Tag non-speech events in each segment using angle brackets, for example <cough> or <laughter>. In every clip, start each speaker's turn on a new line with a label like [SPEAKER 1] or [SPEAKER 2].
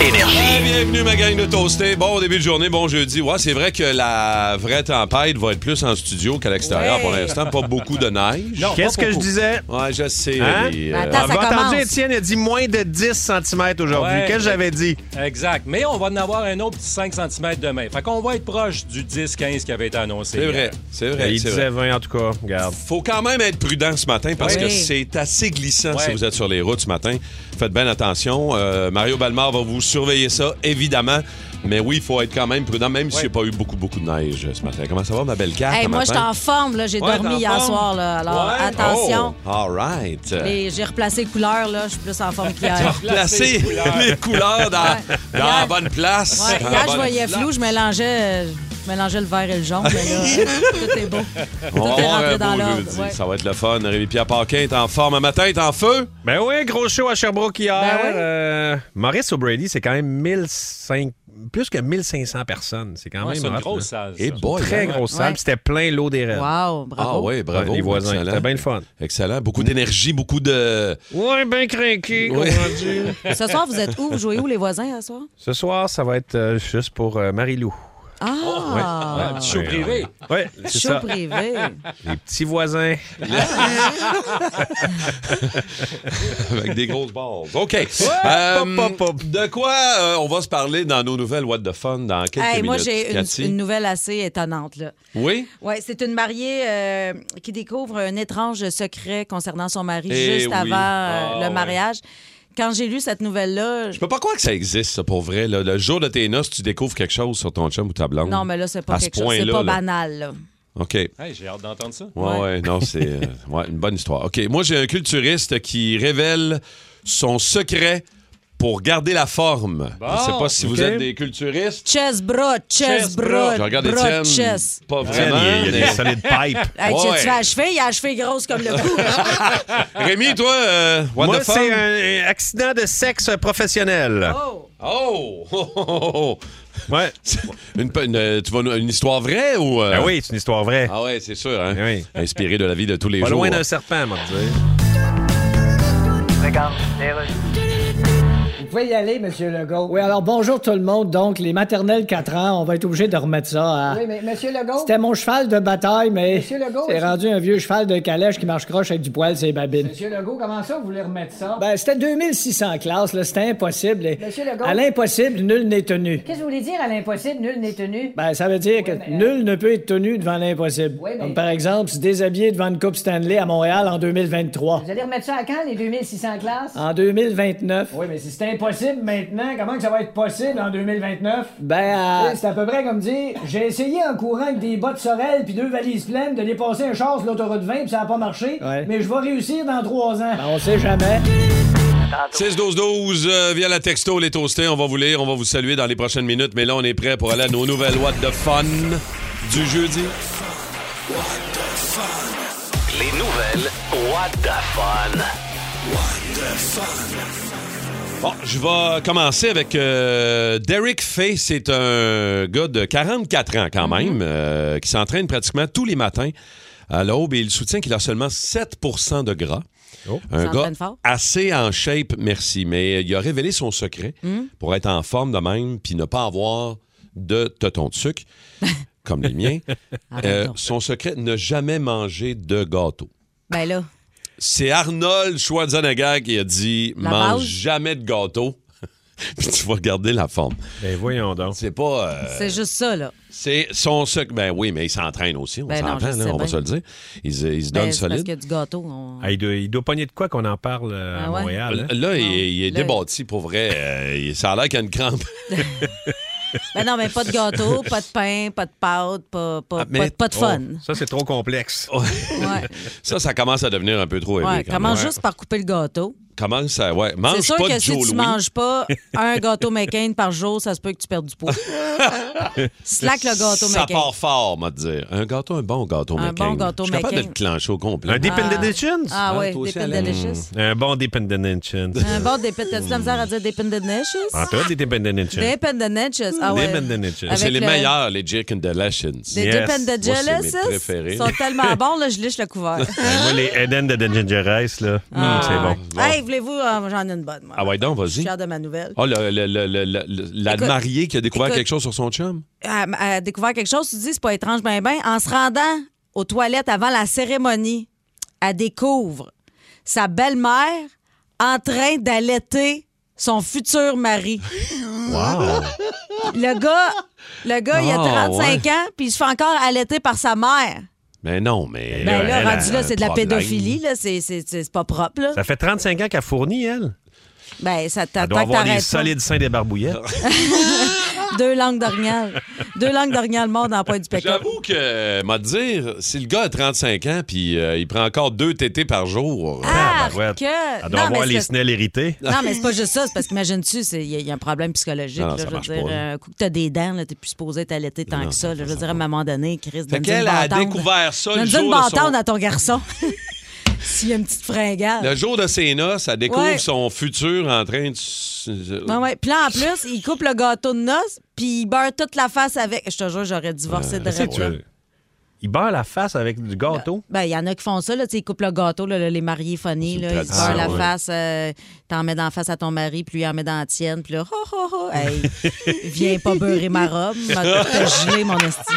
[SPEAKER 1] Hey,
[SPEAKER 2] Énergie.
[SPEAKER 1] bienvenue ma gang de toastés. Bon début de journée, bon jeudi. Ouais, c'est vrai que la vraie tempête va être plus en studio qu'à l'extérieur pour l'instant. Pas beaucoup de neige.
[SPEAKER 3] Qu'est-ce que je disais?
[SPEAKER 1] Ouais, je sais. Euh,
[SPEAKER 3] Hein?
[SPEAKER 1] les,
[SPEAKER 4] Mais attends,
[SPEAKER 3] Vous
[SPEAKER 4] Ça
[SPEAKER 3] avez entendu,
[SPEAKER 4] commence.
[SPEAKER 3] Étienne a dit moins de 10 cm aujourd'hui.
[SPEAKER 5] Ouais.
[SPEAKER 3] Qu'est-ce que j'avais dit?
[SPEAKER 5] Exact. Mais on va en avoir un autre petit 5 cm demain. Fait qu'on va être proche du 10-15 qui avait été annoncé.
[SPEAKER 1] c'est
[SPEAKER 5] hier.
[SPEAKER 1] vrai, c'est vrai,
[SPEAKER 3] Il
[SPEAKER 1] c'est
[SPEAKER 3] disait
[SPEAKER 1] vrai.
[SPEAKER 3] 20 en tout cas. Regarde.
[SPEAKER 1] Faut quand même être prudent ce matin parce
[SPEAKER 5] Oui.
[SPEAKER 1] que c'est assez glissant si
[SPEAKER 5] Ouais.
[SPEAKER 1] vous êtes sur les routes ce matin. Faites bien attention. Euh, Mario Balmar va vous surveiller ça, évidemment. Mais oui, il faut être quand même prudent, même s'il n'y a pas eu beaucoup, beaucoup de neige ce matin. Comment ça va, ma belle carte?
[SPEAKER 4] Hey,
[SPEAKER 1] ce
[SPEAKER 4] moi, je
[SPEAKER 1] matin?
[SPEAKER 4] suis en forme. là. J'ai
[SPEAKER 1] Ouais,
[SPEAKER 4] dormi
[SPEAKER 1] t'es en
[SPEAKER 4] hier
[SPEAKER 1] forme?
[SPEAKER 4] soir. là. Alors,
[SPEAKER 5] Ouais.
[SPEAKER 4] attention.
[SPEAKER 1] Oh, all right.
[SPEAKER 4] Les- J'ai replacé les couleurs. là. Je suis plus en
[SPEAKER 1] <laughs>
[SPEAKER 4] forme qu'hier.
[SPEAKER 1] placer les couleurs dans, dans la
[SPEAKER 4] Hier-
[SPEAKER 1] bonne place.
[SPEAKER 4] Ouais,
[SPEAKER 1] Dans
[SPEAKER 4] hier,
[SPEAKER 1] la
[SPEAKER 4] je
[SPEAKER 1] bonne
[SPEAKER 4] voyais
[SPEAKER 1] place.
[SPEAKER 4] flou. Je mélangeais, je mélangeais le vert et le jaune.
[SPEAKER 1] <laughs>
[SPEAKER 4] Mais là, tout est beau.
[SPEAKER 1] On va
[SPEAKER 4] Tout est
[SPEAKER 1] avoir
[SPEAKER 4] rentré
[SPEAKER 1] un
[SPEAKER 4] dans
[SPEAKER 1] beau
[SPEAKER 4] l'ordre,
[SPEAKER 1] jeudi.
[SPEAKER 4] ouais.
[SPEAKER 1] Ça va être le fun. Rémi-Pierre Paquin est en forme un matin, est en feu.
[SPEAKER 3] Ben oui, gros show à Sherbrooke hier.
[SPEAKER 4] Ben oui.
[SPEAKER 3] Euh, Maurice O'Brady, c'est quand même 1500 plus que 1500 personnes. C'est quand
[SPEAKER 5] Ouais,
[SPEAKER 3] même
[SPEAKER 5] c'est une
[SPEAKER 3] hot,
[SPEAKER 5] grosse
[SPEAKER 3] là.
[SPEAKER 5] salle. ça.
[SPEAKER 1] Et boy,
[SPEAKER 3] Très
[SPEAKER 1] hein?
[SPEAKER 3] grosse salle.
[SPEAKER 4] Ouais.
[SPEAKER 3] puis C'était plein l'eau des rêves.
[SPEAKER 4] Wow, bravo.
[SPEAKER 1] Ah oui, bravo.
[SPEAKER 3] Ouais, les voisins.
[SPEAKER 1] excellent.
[SPEAKER 3] C'était bien le fun.
[SPEAKER 1] Excellent. Beaucoup d'énergie, beaucoup de...
[SPEAKER 3] Ouais, bien craqué,
[SPEAKER 1] Ouais.
[SPEAKER 3] comprends-tu?
[SPEAKER 4] Ce soir, vous êtes où? Vous jouez où, les voisins, ce soir?
[SPEAKER 3] Ce soir, ça va être euh, juste pour euh, Marie-Lou.
[SPEAKER 4] Ah!
[SPEAKER 5] Un petit show
[SPEAKER 3] Ouais,
[SPEAKER 5] privé.
[SPEAKER 3] Oui, c'est
[SPEAKER 4] Show
[SPEAKER 3] ça.
[SPEAKER 4] privé.
[SPEAKER 3] Les petits voisins.
[SPEAKER 1] <laughs> <laughs> avec des grosses balles. OK. Euh,
[SPEAKER 3] pop, pop, pop.
[SPEAKER 1] De quoi euh, on va se parler dans nos nouvelles What the Fun dans quelques
[SPEAKER 4] Hey,
[SPEAKER 1] minutes.
[SPEAKER 4] moi, j'ai une,
[SPEAKER 1] Cathy?
[SPEAKER 4] une nouvelle assez étonnante. Là.
[SPEAKER 1] Oui?
[SPEAKER 4] Ouais, c'est une mariée euh, qui découvre un étrange secret concernant son mari
[SPEAKER 1] Eh
[SPEAKER 4] juste
[SPEAKER 1] oui.
[SPEAKER 4] avant euh,
[SPEAKER 5] Ah,
[SPEAKER 4] le
[SPEAKER 5] ouais.
[SPEAKER 4] mariage. Quand j'ai lu cette nouvelle-là,
[SPEAKER 1] Je peux pas croire que ça existe, ça, pour vrai. là. Le jour de tes noces, tu découvres quelque chose sur ton chum ou ta blonde.
[SPEAKER 4] non, mais là, c'est pas
[SPEAKER 1] À ce
[SPEAKER 4] quelque chose. C'est
[SPEAKER 1] point-là,
[SPEAKER 4] pas
[SPEAKER 1] là.
[SPEAKER 4] banal. là.
[SPEAKER 1] OK.
[SPEAKER 5] Hey, J'ai hâte d'entendre ça.
[SPEAKER 1] Ouais, ouais,
[SPEAKER 4] Ouais.
[SPEAKER 1] non, c'est
[SPEAKER 4] <laughs>
[SPEAKER 1] euh, ouais, une bonne histoire. OK, moi, j'ai un culturiste qui révèle son secret pour garder la forme.
[SPEAKER 5] Bon,
[SPEAKER 1] Je sais pas si vous
[SPEAKER 3] OK.
[SPEAKER 1] êtes des culturistes.
[SPEAKER 4] Chess, bro, chess,
[SPEAKER 5] Chess,
[SPEAKER 4] bro,
[SPEAKER 5] bras.
[SPEAKER 1] Je regarde
[SPEAKER 4] bro,
[SPEAKER 1] Étienne.
[SPEAKER 4] chess. <laughs>
[SPEAKER 1] Pas <laughs> vraiment. mais-
[SPEAKER 3] solides pipes.
[SPEAKER 4] Hey,
[SPEAKER 1] Ouais.
[SPEAKER 4] Tu vas achever, il a achevé grosse comme le cou.
[SPEAKER 1] <laughs> Rémi, toi, euh, what
[SPEAKER 3] Moi,
[SPEAKER 1] the fuck?
[SPEAKER 3] c'est un, un accident de sexe professionnel.
[SPEAKER 4] Oh.
[SPEAKER 1] Oh! Oh, oh, <laughs> oh, oh.
[SPEAKER 3] Ouais.
[SPEAKER 1] <laughs> Une, pe- une, euh, tu vas nous- une histoire vraie ou. euh,
[SPEAKER 3] Ben oui, c'est une histoire vraie.
[SPEAKER 1] Ah ouais, c'est sûr, hein?
[SPEAKER 3] Ben oui.
[SPEAKER 1] Inspiré de la vie de tous les
[SPEAKER 3] Pas
[SPEAKER 1] jours. hein.
[SPEAKER 3] loin d'un serpent, moi, dire.
[SPEAKER 6] Vous pouvez y aller, Monsieur Legault. Oui, alors bonjour tout le monde. Donc, les maternelles 4 ans, on va être obligé de remettre ça
[SPEAKER 7] Ah.
[SPEAKER 6] à...
[SPEAKER 8] Oui, mais Monsieur Legault,
[SPEAKER 6] C'était mon cheval de bataille, mais
[SPEAKER 8] Monsieur Legault,
[SPEAKER 6] c'est
[SPEAKER 8] c'est-
[SPEAKER 6] rendu un vieux cheval de calèche qui marche croche avec du poil ses babines.
[SPEAKER 8] Monsieur Legault, comment ça vous voulez remettre ça
[SPEAKER 6] Ben, c'était 2600 classes, là, c'était impossible.
[SPEAKER 7] Ben,
[SPEAKER 6] et-
[SPEAKER 8] Monsieur Legault?
[SPEAKER 6] À l'impossible, nul n'est tenu.
[SPEAKER 8] Qu'est-ce que vous voulez dire à l'impossible, nul n'est tenu
[SPEAKER 6] Ben, ça veut dire que
[SPEAKER 8] mais- euh,
[SPEAKER 6] nul ne peut être tenu devant l'impossible.
[SPEAKER 8] Oui, mais-
[SPEAKER 6] Comme par exemple, se déshabiller devant une Coupe Stanley à Montréal en 2023.
[SPEAKER 8] Vous allez remettre ça à quand les 2600 classes
[SPEAKER 6] En 2029.
[SPEAKER 8] Oui, mais si c'est impossible maintenant, comment que ça va être possible en 2029
[SPEAKER 6] Ben, à-
[SPEAKER 8] C'est à peu près comme dire j'ai essayé en courant avec des bottes sorel puis deux valises pleines de dépasser un char sur l'autoroute 20 puis ça a pas marché,
[SPEAKER 6] Ouais.
[SPEAKER 8] mais je vais réussir dans trois ans.
[SPEAKER 6] ben, on sait jamais.
[SPEAKER 1] 6-12-12, euh, via la texto, les toastés, on va vous lire, on va vous saluer dans les prochaines minutes, mais là, on est prêt pour aller à nos nouvelles What de Fun du jeudi.
[SPEAKER 2] Les nouvelles. What the fun.
[SPEAKER 1] Bon, je vais commencer avec euh, Derek Fay. C'est un gars de 44 ans quand même,
[SPEAKER 4] Mm-hmm.
[SPEAKER 1] euh, qui s'entraîne pratiquement tous les matins à l'aube et il soutient qu'il a seulement 7 de gras. Un
[SPEAKER 4] Oh. s'entraîne
[SPEAKER 1] gars
[SPEAKER 4] fort.
[SPEAKER 1] assez en shape, merci. Mais il a révélé son secret
[SPEAKER 4] Mm.
[SPEAKER 1] pour être en forme de même puis ne pas avoir de totons de
[SPEAKER 4] <laughs>
[SPEAKER 1] sucre, comme les miens. Euh,
[SPEAKER 4] donc.
[SPEAKER 1] son secret, ne jamais manger de gâteau.
[SPEAKER 4] Ben là,
[SPEAKER 1] C'est Arnold Schwarzenegger qui a dit
[SPEAKER 4] La
[SPEAKER 1] mange
[SPEAKER 4] base.
[SPEAKER 1] jamais de gâteau. <laughs> Puis tu vas garder la forme.
[SPEAKER 3] Ben voyons donc.
[SPEAKER 1] C'est pas. euh,
[SPEAKER 4] c'est juste ça, là.
[SPEAKER 1] c'est son secret. Ben oui, mais il s'entraîne aussi. On
[SPEAKER 4] Ben non,
[SPEAKER 1] s'entend,
[SPEAKER 4] je
[SPEAKER 1] là,
[SPEAKER 4] sais
[SPEAKER 1] on va
[SPEAKER 4] bien.
[SPEAKER 1] se le dire. Il, se- il se
[SPEAKER 4] Ben,
[SPEAKER 1] donne
[SPEAKER 4] c'est parce
[SPEAKER 1] solide.
[SPEAKER 4] qu'il y a du gâteau. on-
[SPEAKER 3] Ah, il, doit, il doit pogner de quoi qu'on en parle euh,
[SPEAKER 4] Ah
[SPEAKER 3] à
[SPEAKER 4] ouais?
[SPEAKER 3] Montréal. hein?
[SPEAKER 1] Là, il, il est
[SPEAKER 4] Là, il-
[SPEAKER 1] débattu pour vrai. Euh, il- ça a l'air qu'il a une crampe.
[SPEAKER 4] <laughs> Ben non, mais pas de
[SPEAKER 1] <laughs>
[SPEAKER 4] gâteau, pas de pain, pas de pâte, pas, pas,
[SPEAKER 1] Ah, mais-
[SPEAKER 4] pas- pas de fun.
[SPEAKER 3] Oh, ça, c'est trop complexe.
[SPEAKER 4] Ouais.
[SPEAKER 1] Ça, ça commence à devenir un peu trop élevé.
[SPEAKER 4] Ouais,
[SPEAKER 1] quand
[SPEAKER 4] commence
[SPEAKER 1] même.
[SPEAKER 4] juste par couper le gâteau.
[SPEAKER 1] Commence à. Ouais,
[SPEAKER 4] C'est
[SPEAKER 1] mange
[SPEAKER 4] sûr
[SPEAKER 1] pas
[SPEAKER 4] que
[SPEAKER 1] de
[SPEAKER 4] si
[SPEAKER 1] Joe Louis.
[SPEAKER 4] tu manges
[SPEAKER 1] <laughs>
[SPEAKER 4] pas un gâteau McCain par jour, ça se peut que tu perdes du poids. <laughs> Slack le gâteau
[SPEAKER 1] Ça
[SPEAKER 4] McCain.
[SPEAKER 1] part fort, m'a dire. Un gâteau, un bon gâteau
[SPEAKER 4] Un
[SPEAKER 1] McCain.
[SPEAKER 4] bon gâteau
[SPEAKER 1] Je suis capable de
[SPEAKER 4] McCain.
[SPEAKER 1] le clencher au complet.
[SPEAKER 3] Un Deep in the Nations?
[SPEAKER 4] Ah oui,
[SPEAKER 1] toi aussi,
[SPEAKER 4] Dependent
[SPEAKER 1] Alain. Hmm.
[SPEAKER 4] Delicious.
[SPEAKER 3] Un bon Deep in the Nations.
[SPEAKER 4] Un bon Dependent. T'as-tu la misère à dire Dependent
[SPEAKER 3] En
[SPEAKER 1] Ah,
[SPEAKER 4] Delicious?
[SPEAKER 3] tout, des Deep in the Nations.
[SPEAKER 4] Dependent Delicious. Ah ouais.
[SPEAKER 3] Dependent Delicious.
[SPEAKER 4] Avec
[SPEAKER 1] C'est les
[SPEAKER 4] le-
[SPEAKER 1] meilleurs, les Chicken Delations.
[SPEAKER 4] Les
[SPEAKER 3] Yes.
[SPEAKER 4] Dependent
[SPEAKER 1] Moi, c'est mes
[SPEAKER 4] Delicious
[SPEAKER 1] préférés.
[SPEAKER 4] sont
[SPEAKER 1] <laughs>
[SPEAKER 4] tellement
[SPEAKER 3] <laughs>
[SPEAKER 4] bons, là, je liche le couvert.
[SPEAKER 3] Ben, Moi, les Eden de The Ginger Rice, là, hum, c'est bon.
[SPEAKER 4] <laughs> Hey, voulez-vous, euh, j'en ai une bonne, moi.
[SPEAKER 1] Ah ouais, donc,
[SPEAKER 4] Ah. Je suis
[SPEAKER 1] vas-y.
[SPEAKER 4] fière de ma nouvelle.
[SPEAKER 1] Ah, le- le- le- le- le- la
[SPEAKER 4] Écoute,
[SPEAKER 1] mariée qui a découvert
[SPEAKER 4] écoute.
[SPEAKER 1] quelque chose sur son chum?
[SPEAKER 4] Elle a Euh, découvert quelque chose, tu te dis, c'est pas étrange, ben ben, en se rendant aux toilettes avant la cérémonie, elle découvre sa belle-mère en train d'allaiter son
[SPEAKER 1] <laughs>
[SPEAKER 4] futur mari.
[SPEAKER 3] Wow!
[SPEAKER 4] Le gars, le gars, il a
[SPEAKER 1] Ah,
[SPEAKER 4] 35 ans, puis il se fait encore allaiter par sa mère.
[SPEAKER 1] Mais non, mais.
[SPEAKER 4] Ben
[SPEAKER 3] elle a
[SPEAKER 4] là, rendu là,
[SPEAKER 1] un
[SPEAKER 4] c'est de la
[SPEAKER 1] problème.
[SPEAKER 4] pédophilie, là, c'est- c'est c'est pas propre, là.
[SPEAKER 3] Ça fait 35 ans qu'elle fournit, elle.
[SPEAKER 4] Ben, ça
[SPEAKER 3] Elle doit
[SPEAKER 4] t'attend que
[SPEAKER 3] avoir des
[SPEAKER 4] t'arrêtes. pas.
[SPEAKER 3] solides seins des barbouillettes.
[SPEAKER 1] <laughs>
[SPEAKER 4] Deux langues d'orignal. Deux langues d'orignal mort dans le point
[SPEAKER 1] <laughs>
[SPEAKER 4] du pécan.
[SPEAKER 1] J'avoue que, m'a dire, si le gars a 35 ans puis euh, il prend encore deux tétés par jour. euh,
[SPEAKER 4] Ah,
[SPEAKER 3] ouais.
[SPEAKER 4] que-
[SPEAKER 3] Elle doit
[SPEAKER 4] Non,
[SPEAKER 3] avoir
[SPEAKER 4] mais
[SPEAKER 3] les
[SPEAKER 4] c'est-
[SPEAKER 3] snelles héritées.
[SPEAKER 4] Non, mais c'est pas juste ça. C'est parce qu'imagines-tu, c'est- il y, a- il y a un problème psychologique.
[SPEAKER 1] Non, non,
[SPEAKER 4] là,
[SPEAKER 1] ça
[SPEAKER 4] je veux
[SPEAKER 1] marche
[SPEAKER 4] dire,
[SPEAKER 1] pas, là.
[SPEAKER 4] un coup que t'as des dents, là, t'es plus supposé être allaité tant
[SPEAKER 1] Non,
[SPEAKER 4] que
[SPEAKER 1] ça
[SPEAKER 4] ça. là. je veux dire, à un moment donné, Chris,
[SPEAKER 1] Fait
[SPEAKER 4] donne-nous une
[SPEAKER 1] qu'elle a
[SPEAKER 4] bâtarde.
[SPEAKER 1] découvert ça le
[SPEAKER 4] Donne-nous
[SPEAKER 1] jour,
[SPEAKER 4] une
[SPEAKER 1] de son-
[SPEAKER 4] bâtarde à ton
[SPEAKER 1] <laughs>
[SPEAKER 4] garçon. S'il y a une petite fringale.
[SPEAKER 1] le jour de ses noces, elle découvre
[SPEAKER 4] Ouais.
[SPEAKER 1] son futur en train de.
[SPEAKER 4] Ouais, ouais. Puis là, en plus, il coupe le gâteau de noces, puis il beurre toute la face avec. Je te jure, j'aurais divorcé de
[SPEAKER 3] Euh, Tu sais,
[SPEAKER 4] rêve.
[SPEAKER 3] tu veux- Il beurre la face avec du gâteau.
[SPEAKER 4] Ben, il y en a qui font ça, là, tu sais, ils coupent le gâteau, là, les mariés funny,
[SPEAKER 1] C'est
[SPEAKER 4] là,
[SPEAKER 1] une
[SPEAKER 4] ils se
[SPEAKER 1] tradition,
[SPEAKER 4] beurrent la
[SPEAKER 1] ouais.
[SPEAKER 4] face, euh, t'en mets dans la face à ton mari, puis lui il en met dans la tienne, puis là, ho, ho, ho,
[SPEAKER 1] <laughs>
[SPEAKER 4] hey, viens pas beurrer
[SPEAKER 9] <laughs>
[SPEAKER 4] ma robe, m'a t'as gelé mon esti.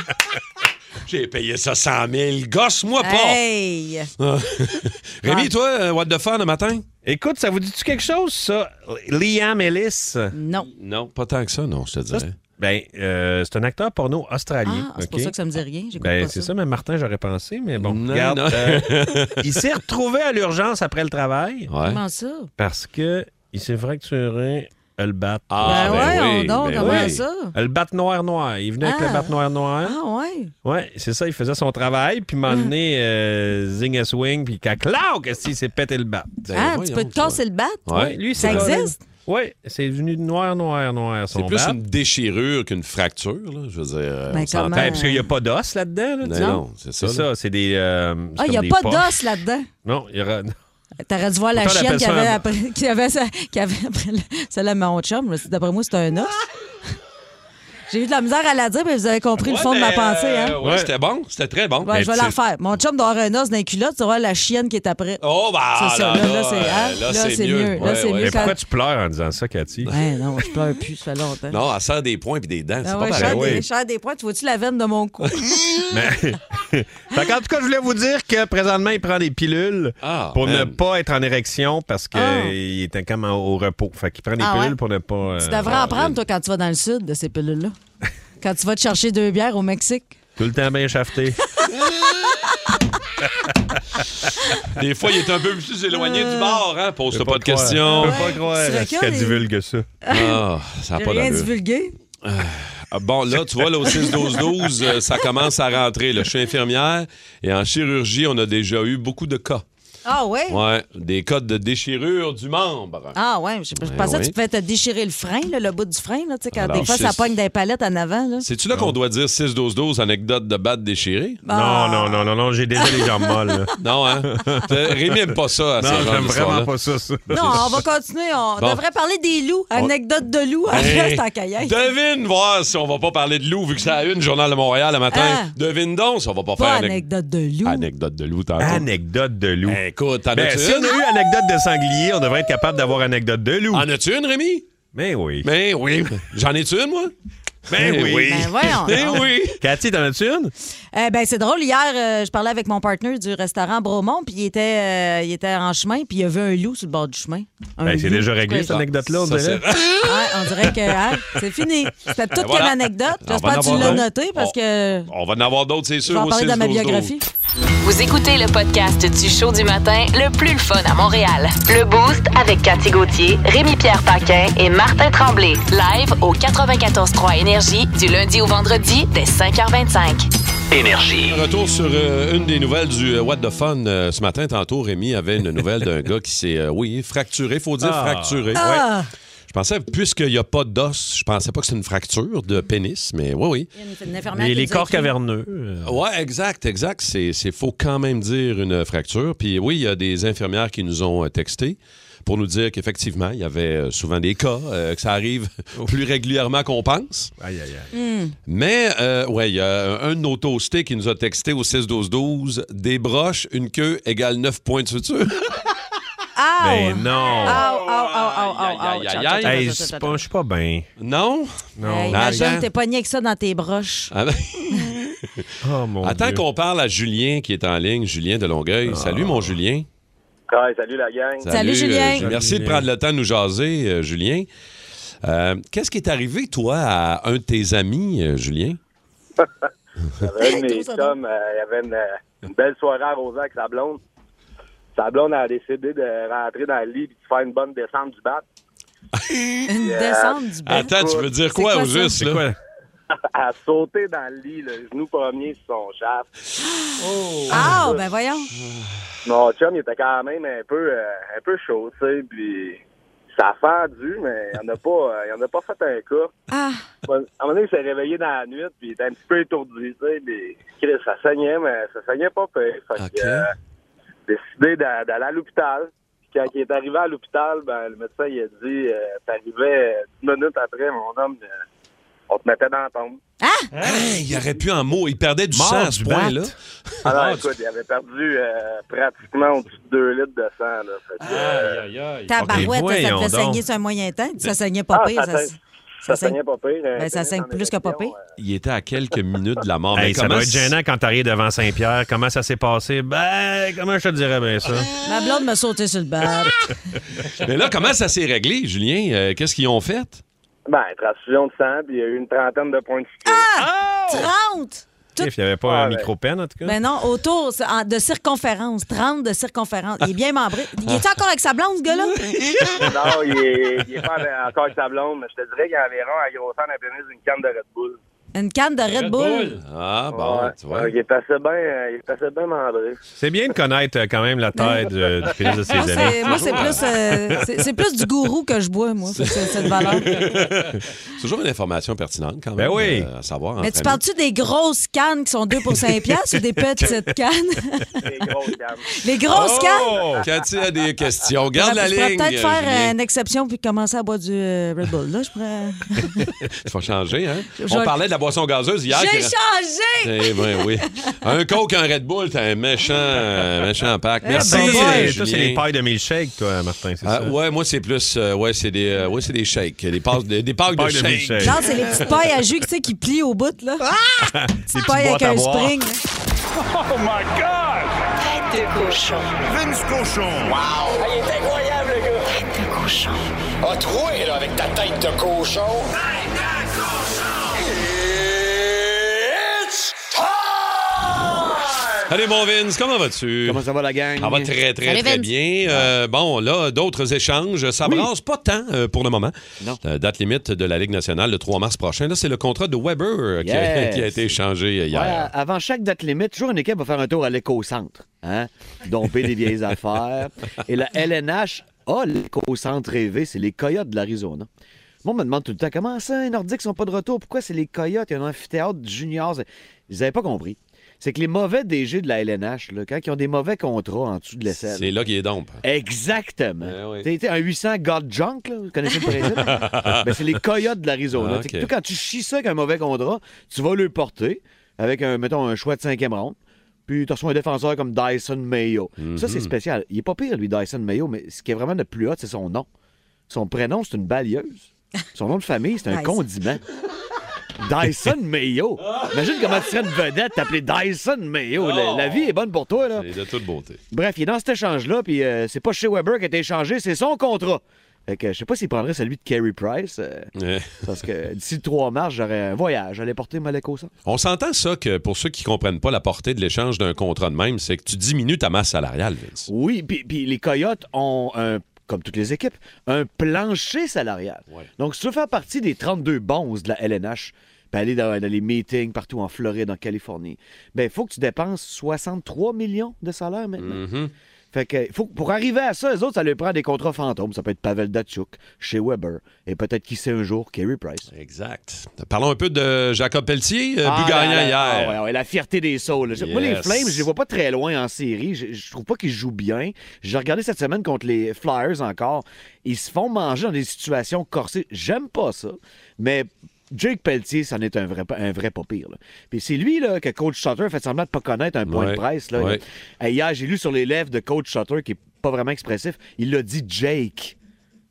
[SPEAKER 1] J'ai payé ça 100 000. Gosse-moi pas! Hein?
[SPEAKER 4] Hey!
[SPEAKER 1] Ah. <laughs> Rémi, toi, euh, what the fun le matin?
[SPEAKER 3] Écoute, ça vous dit-tu quelque chose, ça? Liam Ellis.
[SPEAKER 4] Non.
[SPEAKER 1] Non, pas tant que ça, non, je te
[SPEAKER 3] Ça,
[SPEAKER 1] dirais.
[SPEAKER 3] c'est- ben, euh, c'est un acteur porno australien.
[SPEAKER 4] Ah, c'est pour
[SPEAKER 3] OK?
[SPEAKER 4] ça que ça me dit rien, j'écoute
[SPEAKER 3] Ben,
[SPEAKER 4] pas
[SPEAKER 3] c'est
[SPEAKER 4] ça.
[SPEAKER 3] ça, mais Martin, j'aurais pensé, mais bon.
[SPEAKER 1] Non,
[SPEAKER 3] regarde,
[SPEAKER 1] non. <laughs>
[SPEAKER 3] euh, il s'est retrouvé à l'urgence après le travail
[SPEAKER 1] Ouais.
[SPEAKER 4] Comment ça?
[SPEAKER 3] parce que il s'est fracturé le bat.
[SPEAKER 1] Ah,
[SPEAKER 4] ben,
[SPEAKER 1] ben
[SPEAKER 4] ouais,
[SPEAKER 1] oui,
[SPEAKER 4] on donc,
[SPEAKER 1] ben
[SPEAKER 4] comment
[SPEAKER 1] oui.
[SPEAKER 4] ça?
[SPEAKER 3] Le bat noir noir. Il venait avec
[SPEAKER 4] Ah.
[SPEAKER 3] le bat noir noir.
[SPEAKER 4] Ah ouais?
[SPEAKER 3] Ouais, c'est ça, il faisait son travail, puis
[SPEAKER 4] Ah.
[SPEAKER 3] m'a donné euh, zing à swing, puis caclao, qu'est-ce qu'il s'est pété le bat.
[SPEAKER 1] Ben
[SPEAKER 4] ah, tu
[SPEAKER 1] voyons,
[SPEAKER 4] peux te
[SPEAKER 1] toi.
[SPEAKER 4] casser le bat?
[SPEAKER 1] Ouais.
[SPEAKER 3] lui,
[SPEAKER 4] Ça
[SPEAKER 3] c'est-
[SPEAKER 4] existe?
[SPEAKER 3] Ouais, c'est venu de noir noir noir son
[SPEAKER 1] C'est plus
[SPEAKER 3] bat.
[SPEAKER 1] une déchirure qu'une fracture, là. Je veux dire, euh,
[SPEAKER 4] Ben,
[SPEAKER 1] on s'entend.
[SPEAKER 4] comment-
[SPEAKER 3] Ben, parce qu'il n'y a pas d'os là-dedans,
[SPEAKER 1] Non,
[SPEAKER 3] là, tu sais.
[SPEAKER 1] non, c'est ça.
[SPEAKER 3] C'est
[SPEAKER 1] là.
[SPEAKER 3] ça, c'est des. euh, c'est
[SPEAKER 4] Ah, il
[SPEAKER 3] comme
[SPEAKER 4] n'y a
[SPEAKER 3] des
[SPEAKER 4] pas
[SPEAKER 3] poches.
[SPEAKER 4] d'os là-dedans.
[SPEAKER 3] Non, <laughs> il y aura.
[SPEAKER 4] T'aurais dû voir la
[SPEAKER 3] Pourtant, on
[SPEAKER 4] chienne
[SPEAKER 3] appelle
[SPEAKER 4] qui
[SPEAKER 3] ça
[SPEAKER 4] avait,
[SPEAKER 3] un-
[SPEAKER 4] après, qui avait, ça- qui avait après le- celle à mon chum. là. C'est- D'après moi, c'était un os. J'ai eu de la misère à la dire, mais vous avez compris le fond de ma
[SPEAKER 1] Ouais,
[SPEAKER 4] pensée.
[SPEAKER 1] mais,
[SPEAKER 4] Hein?
[SPEAKER 1] euh, ouais,
[SPEAKER 3] Ouais.
[SPEAKER 1] C'était bon, c'était très bon.
[SPEAKER 4] Bon, je vais la refaire. Mon chum doit avoir un os dans les culottes, tu vas voir la chienne qui est après.
[SPEAKER 1] Oh, bah,
[SPEAKER 4] C'est ça, là, là, c'est- hein,
[SPEAKER 1] là,
[SPEAKER 4] là,
[SPEAKER 1] c'est
[SPEAKER 4] c'est
[SPEAKER 1] mieux.
[SPEAKER 4] mieux, là, c'est
[SPEAKER 3] Mais
[SPEAKER 4] mieux. ça-
[SPEAKER 3] pourquoi tu pleures en disant ça, Cathy?
[SPEAKER 4] Ouais, Ben non, je pleure plus, ça fait longtemps.
[SPEAKER 1] Non, elle sert des points et des dents. C'est
[SPEAKER 4] Ah
[SPEAKER 1] pas
[SPEAKER 4] ouais, je
[SPEAKER 1] pareil.
[SPEAKER 4] sers
[SPEAKER 3] oui.
[SPEAKER 4] des, je sers des points. Tu vois-tu la veine de
[SPEAKER 1] <laughs>
[SPEAKER 4] mon cou?
[SPEAKER 3] Mais... <laughs> Fait qu'en tout cas, je voulais vous dire que présentement, il prend des pilules
[SPEAKER 1] Ah,
[SPEAKER 3] pour
[SPEAKER 1] man.
[SPEAKER 3] ne pas être en érection parce qu'il
[SPEAKER 4] Ah.
[SPEAKER 3] était comme en- au repos. Fait qu'il prend des
[SPEAKER 4] Ah ouais?
[SPEAKER 3] pilules pour ne pas. euh,
[SPEAKER 4] tu devrais en prendre, toi, quand tu vas dans le sud, de ces pilules-là. Quand tu vas te chercher deux bières au Mexique.
[SPEAKER 3] Tout le temps bien shafté.
[SPEAKER 1] <laughs> Des fois, il est un peu plus éloigné
[SPEAKER 4] Euh,
[SPEAKER 1] du bord, hein? Pose-toi pas, de
[SPEAKER 3] croire.
[SPEAKER 1] questions.
[SPEAKER 3] Je peux pas croire
[SPEAKER 4] Tu
[SPEAKER 3] à ce
[SPEAKER 4] recules
[SPEAKER 3] qu'elle
[SPEAKER 4] et-
[SPEAKER 3] divulgue
[SPEAKER 4] <laughs>
[SPEAKER 3] ça.
[SPEAKER 1] Ah, ça n'a
[SPEAKER 4] J'ai
[SPEAKER 1] pas
[SPEAKER 4] rien
[SPEAKER 1] d'allure.
[SPEAKER 4] divulgué.
[SPEAKER 1] Ah, Bon, là, tu vois, là, au 6-12-12, euh, ça commence à rentrer. là. Je suis infirmière et en chirurgie, on a déjà eu beaucoup de cas.
[SPEAKER 4] Ah ouais?
[SPEAKER 1] Ouais, des cas de déchirure du membre.
[SPEAKER 4] Ah ouais, je, je
[SPEAKER 1] Ben
[SPEAKER 4] pensais que
[SPEAKER 1] oui.
[SPEAKER 4] tu pouvais te déchirer le frein, là, le bout du frein, là, tu sais, quand
[SPEAKER 1] Alors,
[SPEAKER 4] des fois
[SPEAKER 1] c'est-
[SPEAKER 4] ça pogne des palettes en avant. Là.
[SPEAKER 1] C'est-tu là qu'on doit dire 6-12-12, anecdote de batte déchirée?
[SPEAKER 4] Ah.
[SPEAKER 3] Non, non, non, non, non, j'ai déjà les jambes molles. là.
[SPEAKER 1] <laughs> Non, hein? T'as- Rémi aime pas ça, à ce
[SPEAKER 3] Non,
[SPEAKER 1] Ah, genre
[SPEAKER 3] j'aime
[SPEAKER 1] d'histoire-là.
[SPEAKER 3] vraiment pas ça, ça.
[SPEAKER 4] Non, on va continuer. On
[SPEAKER 1] Bon.
[SPEAKER 4] devrait parler des loups. Anecdote de loups, <laughs> on
[SPEAKER 1] Hey,
[SPEAKER 4] reste en kayak.
[SPEAKER 1] Devine voir si on va pas parler de loup, vu que c'est à une, Journal de Montréal, le matin.
[SPEAKER 4] Ah.
[SPEAKER 1] Devine donc si on va pas,
[SPEAKER 4] Pas
[SPEAKER 1] faire anec-
[SPEAKER 4] anecdote de loup.
[SPEAKER 1] anecdote de loup tantôt.
[SPEAKER 3] Anecdote de loup.
[SPEAKER 1] Ben, écoute, t'en
[SPEAKER 3] Ben,
[SPEAKER 1] as-tu
[SPEAKER 3] si on
[SPEAKER 1] une?
[SPEAKER 3] a eu anecdote de sanglier, on devrait être capable d'avoir anecdote de loup.
[SPEAKER 1] En as-tu une, Rémi?
[SPEAKER 3] Mais oui.
[SPEAKER 1] Ben oui. J'en ai-tu une, moi?
[SPEAKER 3] Ben oui.
[SPEAKER 4] Ben voyons.
[SPEAKER 1] Ben
[SPEAKER 4] donc.
[SPEAKER 1] oui.
[SPEAKER 3] Cathy, t'en as-tu une?
[SPEAKER 4] Eh ben c'est drôle. Hier, euh, je parlais avec mon partenaire du restaurant Bromont, puis il était, euh, il était en chemin, puis il a vu un loup sur le bord du chemin. Un
[SPEAKER 3] Ben, c'est
[SPEAKER 4] loup.
[SPEAKER 3] déjà réglé, cette
[SPEAKER 4] Ça,
[SPEAKER 3] anecdote-là, on
[SPEAKER 1] Ça,
[SPEAKER 3] dirait.
[SPEAKER 1] c'est-
[SPEAKER 4] Ouais, on dirait
[SPEAKER 3] <laughs>
[SPEAKER 4] que hein, c'est fini.
[SPEAKER 3] Ben
[SPEAKER 4] C'était toute
[SPEAKER 1] Ben voilà.
[SPEAKER 4] qu'une anecdote.
[SPEAKER 1] On va en
[SPEAKER 4] J'espère que tu
[SPEAKER 1] avoir
[SPEAKER 4] l'as
[SPEAKER 1] un.
[SPEAKER 4] noté parce
[SPEAKER 1] On-
[SPEAKER 4] que
[SPEAKER 1] On va en avoir d'autres, c'est
[SPEAKER 4] je vais
[SPEAKER 1] sûr,
[SPEAKER 4] en
[SPEAKER 1] au
[SPEAKER 4] parler dans ma
[SPEAKER 1] 6-12-12.
[SPEAKER 4] biographie.
[SPEAKER 10] Vous écoutez le podcast du show du matin le plus le fun à Montréal. Le Boost avec Cathy Gauthier, Rémi-Pierre Paquin et Martin Tremblay. Live au 94.3 Énergie du lundi au vendredi dès 5h25.
[SPEAKER 2] Énergie.
[SPEAKER 1] Retour sur euh, une des nouvelles du euh, What the Fun. Euh, ce matin, tantôt, Rémi avait une nouvelle d'un gars qui s'est, euh, oui, fracturé. faut dire
[SPEAKER 3] Ah.
[SPEAKER 1] fracturé. Ouais.
[SPEAKER 4] Ah!
[SPEAKER 1] Je pensais, puisqu'il n'y a pas d'os, je pensais pas que c'était une fracture de pénis, mais oui, oui.
[SPEAKER 4] Il y a une- une infirmière
[SPEAKER 3] Les,
[SPEAKER 4] qui
[SPEAKER 3] les
[SPEAKER 4] nous a
[SPEAKER 3] corps
[SPEAKER 4] écrit.
[SPEAKER 3] caverneux. euh,
[SPEAKER 1] Ouais, exact, exact. C'est, c'est faut quand même dire une fracture. Puis oui, il y a des infirmières qui nous ont euh, texté pour nous dire qu'effectivement, il y avait euh, souvent des cas, euh, que ça
[SPEAKER 3] <laughs>
[SPEAKER 1] arrive plus régulièrement qu'on pense.
[SPEAKER 3] Aïe, aïe, aïe.
[SPEAKER 4] Mm.
[SPEAKER 11] Hmm.
[SPEAKER 1] Mais, euh, ouais, il y a un de nos toastés qui nous a texté au 6-12-12 des broches, une queue égale 9 points de
[SPEAKER 3] <laughs>
[SPEAKER 1] suture.
[SPEAKER 4] Ah!
[SPEAKER 3] Mais Ben non.
[SPEAKER 4] Ah, ah, ah,
[SPEAKER 1] Aïe, aïe,
[SPEAKER 4] ah,
[SPEAKER 1] aïe,
[SPEAKER 4] ah,
[SPEAKER 3] Hey, c'est pas- je suis pas bien.
[SPEAKER 1] non?
[SPEAKER 3] Non.
[SPEAKER 4] Imagine,
[SPEAKER 1] Attends.
[SPEAKER 4] t'es pogné avec ça dans tes broches.
[SPEAKER 1] Ah,
[SPEAKER 3] <laughs> Oh mon
[SPEAKER 1] Attends
[SPEAKER 3] Dieu. Ah.
[SPEAKER 1] qu'on parle à Julien qui est en ligne, Julien de Longueuil. Salut, mon Julien.
[SPEAKER 2] salut la gang.
[SPEAKER 4] Salut, Julien.
[SPEAKER 1] euh, merci
[SPEAKER 3] Salut,
[SPEAKER 1] de
[SPEAKER 3] Julien.
[SPEAKER 1] prendre le temps de nous jaser, euh, Julien. Euh, Qu'est-ce qui est arrivé, toi, à un de tes amis, euh,
[SPEAKER 4] <laughs>
[SPEAKER 1] Julien?
[SPEAKER 12] Un de
[SPEAKER 4] Tout
[SPEAKER 12] mes
[SPEAKER 4] ça
[SPEAKER 12] chums, euh, il avait une, euh, une belle soirée à Rosa avec sa blonde. Sa blonde a décidé de rentrer dans le lit et de faire une bonne descente du
[SPEAKER 4] <laughs>
[SPEAKER 12] bat. euh,
[SPEAKER 4] Une descente du bain.
[SPEAKER 1] Attends, tu veux dire quoi,
[SPEAKER 4] quoi
[SPEAKER 1] au
[SPEAKER 4] ça?
[SPEAKER 1] juste?
[SPEAKER 3] C'est
[SPEAKER 1] là?
[SPEAKER 12] <laughs>
[SPEAKER 3] quoi?
[SPEAKER 12] Elle a sauté dans le lit, le genou premier sur son
[SPEAKER 4] <gasps>
[SPEAKER 12] shaft.
[SPEAKER 4] Ah, ben voyons.
[SPEAKER 12] Mon chum, il était quand même un peu, euh, un peu chaud, tu sais, puis ça a fendu, mais il n'en a, pas, euh, il en a pas fait un cas.
[SPEAKER 4] Ah,
[SPEAKER 12] À un moment donné, il s'est réveillé dans la nuit, puis il était un petit peu étourdi, tu sais, puis Chris, ça saignait, mais ça saignait pas peu. Fait que,
[SPEAKER 1] OK.
[SPEAKER 12] euh, décidé d'a- d'aller à l'hôpital. Puis Quand il est arrivé à l'hôpital, ben, le médecin il a dit euh, T'arrivais euh, 10 minutes après, mon homme, euh, on te mettait dans la tombe.
[SPEAKER 1] Hey, Hein? il aurait pu en mots. Il perdait du
[SPEAKER 3] Mort
[SPEAKER 1] sang à
[SPEAKER 3] du
[SPEAKER 1] ce
[SPEAKER 3] <laughs>
[SPEAKER 1] point-là.
[SPEAKER 3] bat. Ah,
[SPEAKER 12] Alors, Ah
[SPEAKER 1] Ah,
[SPEAKER 12] écoute, il avait perdu euh, pratiquement au-dessus de 2 litres de sang. Là, Fait que, euh,
[SPEAKER 5] Aïe, aïe.
[SPEAKER 4] ta barouette,
[SPEAKER 3] Ok,
[SPEAKER 4] ça te fait
[SPEAKER 3] voyons
[SPEAKER 4] saigner
[SPEAKER 3] donc. Ben.
[SPEAKER 4] sur un moyen temps. Ça saignait
[SPEAKER 12] ah,
[SPEAKER 4] pas pire.
[SPEAKER 12] ça,
[SPEAKER 4] Ça,
[SPEAKER 12] saigne- ça saignait pas pire.
[SPEAKER 4] Ben, ça saigne plus que pas pire.
[SPEAKER 1] Il était à quelques minutes de la mort.
[SPEAKER 3] Hey, ça
[SPEAKER 1] comment
[SPEAKER 3] doit être
[SPEAKER 1] c-
[SPEAKER 3] gênant quand t'arrives devant Saint-Pierre. Comment ça s'est passé? Ben, comment je te dirais bien ça?
[SPEAKER 4] Ma blonde m'a sauté sur le bat.
[SPEAKER 1] <laughs>
[SPEAKER 12] <laughs>
[SPEAKER 1] Mais là, comment ça s'est réglé, Julien? Euh, Qu'est-ce qu'ils ont fait?
[SPEAKER 12] Ben, transfusion de sang, puis il y a eu une trentaine de points de suture.
[SPEAKER 4] Ah! 30! Tout-
[SPEAKER 3] Il n'y avait pas
[SPEAKER 12] Ah,
[SPEAKER 3] un
[SPEAKER 12] ben.
[SPEAKER 3] micro-peine, en tout cas?
[SPEAKER 4] Ben non, autour c'est en- de circonférence. 30 de circonférence. Il est bien membré. Il est encore avec sa blonde, ce gars-là?
[SPEAKER 1] <laughs>
[SPEAKER 12] Non, il est, il est pas avec- encore avec sa blonde, mais je te dirais qu'il y a environ à grosseur d'un pénis d'une canne de Red Bull.
[SPEAKER 4] Une canne de Red, Bull.
[SPEAKER 1] Ah, bon,
[SPEAKER 12] Ouais.
[SPEAKER 1] tu vois.
[SPEAKER 12] Ouais, Il est passé bien, euh, il est passé bien membré.
[SPEAKER 3] C'est bien de connaître euh, quand même la taille de- du
[SPEAKER 4] <laughs>
[SPEAKER 3] pénis de ses
[SPEAKER 4] Moi, Ben c'est-
[SPEAKER 3] amis.
[SPEAKER 4] Moi, c'est plus, euh, c'est- c'est plus du gourou que je bois, moi, c'est- c'est-
[SPEAKER 1] <laughs>
[SPEAKER 4] cette valeur.
[SPEAKER 1] C'est toujours une information pertinente, quand même.
[SPEAKER 3] Ben oui.
[SPEAKER 1] euh, à savoir.
[SPEAKER 4] Mais
[SPEAKER 1] entre
[SPEAKER 4] tu
[SPEAKER 1] amis.
[SPEAKER 4] parles-tu des grosses cannes qui sont 2 pour 5 piastres ou des petites cannes?
[SPEAKER 12] C'est gros, calme.
[SPEAKER 4] Les grosses cannes?
[SPEAKER 1] Oh! Cathy a des questions. Garde la
[SPEAKER 4] je pourrais
[SPEAKER 1] ligne.
[SPEAKER 4] peut-être faire
[SPEAKER 1] Julien.
[SPEAKER 4] euh, une exception puis commencer à boire du euh, Red Bull. Là, je pourrais...
[SPEAKER 1] Il <laughs> faut changer, hein?
[SPEAKER 4] Je-
[SPEAKER 1] On parlait de la boisson gazeuse hier.
[SPEAKER 4] J'ai
[SPEAKER 1] qui-
[SPEAKER 4] changé!
[SPEAKER 1] Eh ben
[SPEAKER 3] <laughs>
[SPEAKER 1] oui. Un Coke, un Red Bull, t'as un méchant, euh, méchant pack. Merci.
[SPEAKER 3] Toi, c'est-
[SPEAKER 1] Julien.
[SPEAKER 3] Eh, ben, toi, c'est les pailles de milkshake, toi, Martin, c'est
[SPEAKER 1] Ah,
[SPEAKER 3] ça?
[SPEAKER 1] ouais, moi, c'est plus. euh, ouais, c'est des, euh, ouais, c'est des shakes. Des, passes, des, des packs de
[SPEAKER 3] Pailles de
[SPEAKER 1] shakes.
[SPEAKER 3] milkshake.
[SPEAKER 4] Non, c'est les petites pailles à jus tu sais, qui plient au bout, là.
[SPEAKER 3] <laughs> Des petites
[SPEAKER 4] pailles avec
[SPEAKER 3] boîtes à
[SPEAKER 4] un
[SPEAKER 3] boire.
[SPEAKER 4] spring.
[SPEAKER 11] Oh
[SPEAKER 10] Tête de cochon.
[SPEAKER 11] Ah, il est incroyable, le gars! Tête de cochon. A troué, là, avec ta tête de cochon. Tête de cochon! It's time!
[SPEAKER 1] Allez, mon Vince, comment vas-tu?
[SPEAKER 11] ça va, la gang?
[SPEAKER 1] Ça va très, très,
[SPEAKER 4] Salut,
[SPEAKER 1] très
[SPEAKER 4] Vince.
[SPEAKER 1] bien. Euh, bon, là, d'autres échanges. Ça brasse pas tant euh, pour le moment.
[SPEAKER 11] Non.
[SPEAKER 1] La date limite de la Ligue nationale, le 3 mars prochain. Là, c'est le contrat de Weber euh, qui, a,
[SPEAKER 11] Yes.
[SPEAKER 1] qui a été échangé hier.
[SPEAKER 11] Ouais, avant chaque date limite, toujours une équipe va faire un tour à l'éco-centre. Hein? Domper des
[SPEAKER 1] <laughs>
[SPEAKER 11] vieilles affaires. Et la LNH a l'éco-centre rêvé, c'est les Coyotes de l'Arizona. Moi, on me demande tout le temps comment ça, les Nordiques sont pas de retour, pourquoi c'est les Coyotes, il y a un amphithéâtre juniors. Ils n'avaient pas compris. C'est que les mauvais DG de la LNH, là, quand ils ont des mauvais contrats en dessous de l'aisselle,
[SPEAKER 1] C'est là qu'il est dompe.
[SPEAKER 11] Exactement.
[SPEAKER 1] Eh oui.
[SPEAKER 11] T'es- t'es un 800 God Junk, là, vous
[SPEAKER 1] <laughs>
[SPEAKER 11] connaissez le principe? ben, c'est les coyotes de l'Arizona.
[SPEAKER 1] Ah,
[SPEAKER 11] T'sais que
[SPEAKER 1] ok.
[SPEAKER 11] toi, Quand tu chies ça avec un mauvais contrat, tu vas le porter avec, un, mettons, un choix de cinquième ronde. Puis tu reçois un défenseur comme Dyson Mayo. Ça,
[SPEAKER 1] Mhm.
[SPEAKER 11] c'est spécial. Il est pas pire, lui, Dyson Mayo, mais ce qui est vraiment le plus hot, c'est son nom. Son prénom, c'est une balieuse. Son nom de famille, c'est un
[SPEAKER 4] Nice.
[SPEAKER 11] condiment. Dyson Mayo. Imagine comment tu serais une vedette, t'appeler Dyson Mayo. La, la vie est bonne pour toi, là.
[SPEAKER 1] Il Oh. est de toute beauté.
[SPEAKER 11] Bref, il est dans cet échange-là, puis euh, c'est pas chez Weber qui a été échangé, c'est son contrat. Fait que je sais pas s'il prendrait celui de Carey Price, euh,
[SPEAKER 1] Eh.
[SPEAKER 11] parce que d'ici le 3 mars, j'aurais un voyage. J'allais porter Maleko ça.
[SPEAKER 1] <laughs> On s'entend ça que pour ceux qui comprennent pas la portée de l'échange d'un contrat de même, c'est que tu diminues ta masse salariale, Vince.
[SPEAKER 11] Oui, puis puis les Coyotes ont, un, comme toutes les équipes, un plancher salarial.
[SPEAKER 1] Ouais.
[SPEAKER 11] Donc, si tu veux faire partie des 32 bons de la LNH, ben, puis aller dans, dans les meetings partout en Floride, en Californie. Ben, il faut que tu dépenses 63 millions de salaires maintenant.
[SPEAKER 1] Mm-hmm.
[SPEAKER 11] Fait que faut, pour arriver à ça, les autres, ça leur prend des contrats fantômes. Ça peut être Pavel Datchuk, chez Weber, et peut-être qui sait un jour, Kerry Price.
[SPEAKER 1] Exact. Parlons un peu de Jacob Pelletier, euh,
[SPEAKER 11] Ah,
[SPEAKER 1] but gagnant
[SPEAKER 11] là, là,
[SPEAKER 1] hier.
[SPEAKER 11] ah ouais, ouais, la fierté des saules. Moi, les
[SPEAKER 1] Yes.
[SPEAKER 11] Flames, je les vois pas très loin en série. Je, je trouve pas qu'ils jouent bien. J'ai regardé cette semaine contre les Flyers encore. Ils se font manger dans des situations corsées. J'aime pas ça. Mais. Jake Pelletier, c'en est un vrai, pa- un vrai pas pire. là. Puis c'est lui là, que Coach Sutter fait semblant de pas connaître un point
[SPEAKER 1] Ouais,
[SPEAKER 11] de presse. Là,
[SPEAKER 1] ouais.
[SPEAKER 11] Hey, Hier, j'ai lu sur les lèvres de Coach Sutter, qui est pas vraiment expressif, il l'a dit Jake.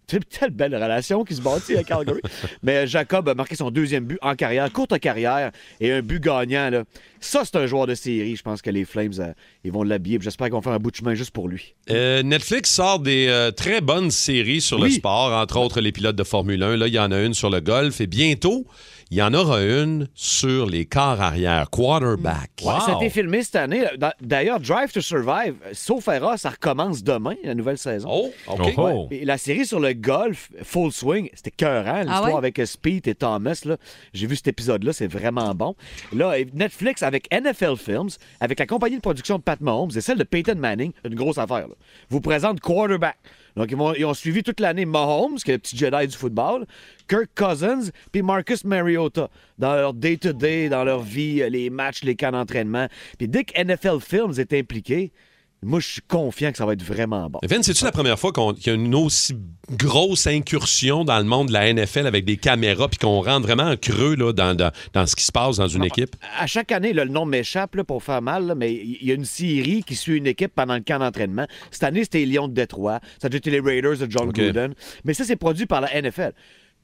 [SPEAKER 11] C'est telle belle relation qui se bâtit
[SPEAKER 1] <laughs>
[SPEAKER 11] à Calgary. Mais Jacob a marqué son deuxième but en carrière, courte carrière, et un but gagnant. là. Ça, c'est un joueur de série. Je pense que les Flames, euh, ils vont l'habiller. puis J'espère qu'on fait un bout de chemin juste pour lui.
[SPEAKER 1] Euh, Netflix sort des euh, très bonnes séries sur le
[SPEAKER 11] Oui.
[SPEAKER 1] sport, entre autres les pilotes de Formule 1. Là, il y en a une sur le golf et bientôt, il y en aura une sur les quarts arrière, quarterback.
[SPEAKER 11] Ouais, ça a été filmé cette année. D'a- D'ailleurs, Drive to Survive, euh, sauf erreur, ça recommence demain, la nouvelle saison.
[SPEAKER 1] Oh,
[SPEAKER 3] OK. Oh.
[SPEAKER 11] Et la série sur le golf, Full Swing, c'était cœurant, l'histoire
[SPEAKER 4] ouais?
[SPEAKER 11] avec euh, Speed et Thomas. là. J'ai vu cet épisode-là, c'est vraiment bon. Là, et Netflix avec NFL Films, avec la compagnie de production de Pat Mahomes et celle de Peyton Manning, une grosse affaire, là, vous présente Quarterback. Donc, ils, vont- ils ont suivi toute l'année Mahomes, qui est le petit Jedi du football, Kirk Cousins, puis Marcus Mariota, dans leur day-to-day, dans leur vie, euh, les matchs, les camps d'entraînement. Puis dès que NFL Films est impliqué, moi, je suis confiant que ça va être vraiment bon.
[SPEAKER 1] Vin, c'est-tu la première fois qu'on- qu'il y a une aussi grosse incursion dans le monde de la NFL avec des caméras puis qu'on rentre vraiment en creux là, dans, dans- dans ce qui se passe dans
[SPEAKER 11] Ah,
[SPEAKER 1] une équipe?
[SPEAKER 11] à chaque année, là, le nom m'échappe là, pour faire mal, là, mais il y a une série qui suit une équipe pendant le camp d'entraînement. Cette année, c'était les Lions de Détroit. Ça a déjà été les Raiders de John
[SPEAKER 1] OK.
[SPEAKER 11] Gruden. Mais ça, c'est produit par la NFL.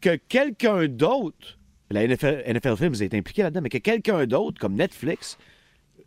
[SPEAKER 11] Que quelqu'un d'autre, la NFL, NFL Films est impliqué là-dedans, mais que quelqu'un d'autre, comme Netflix,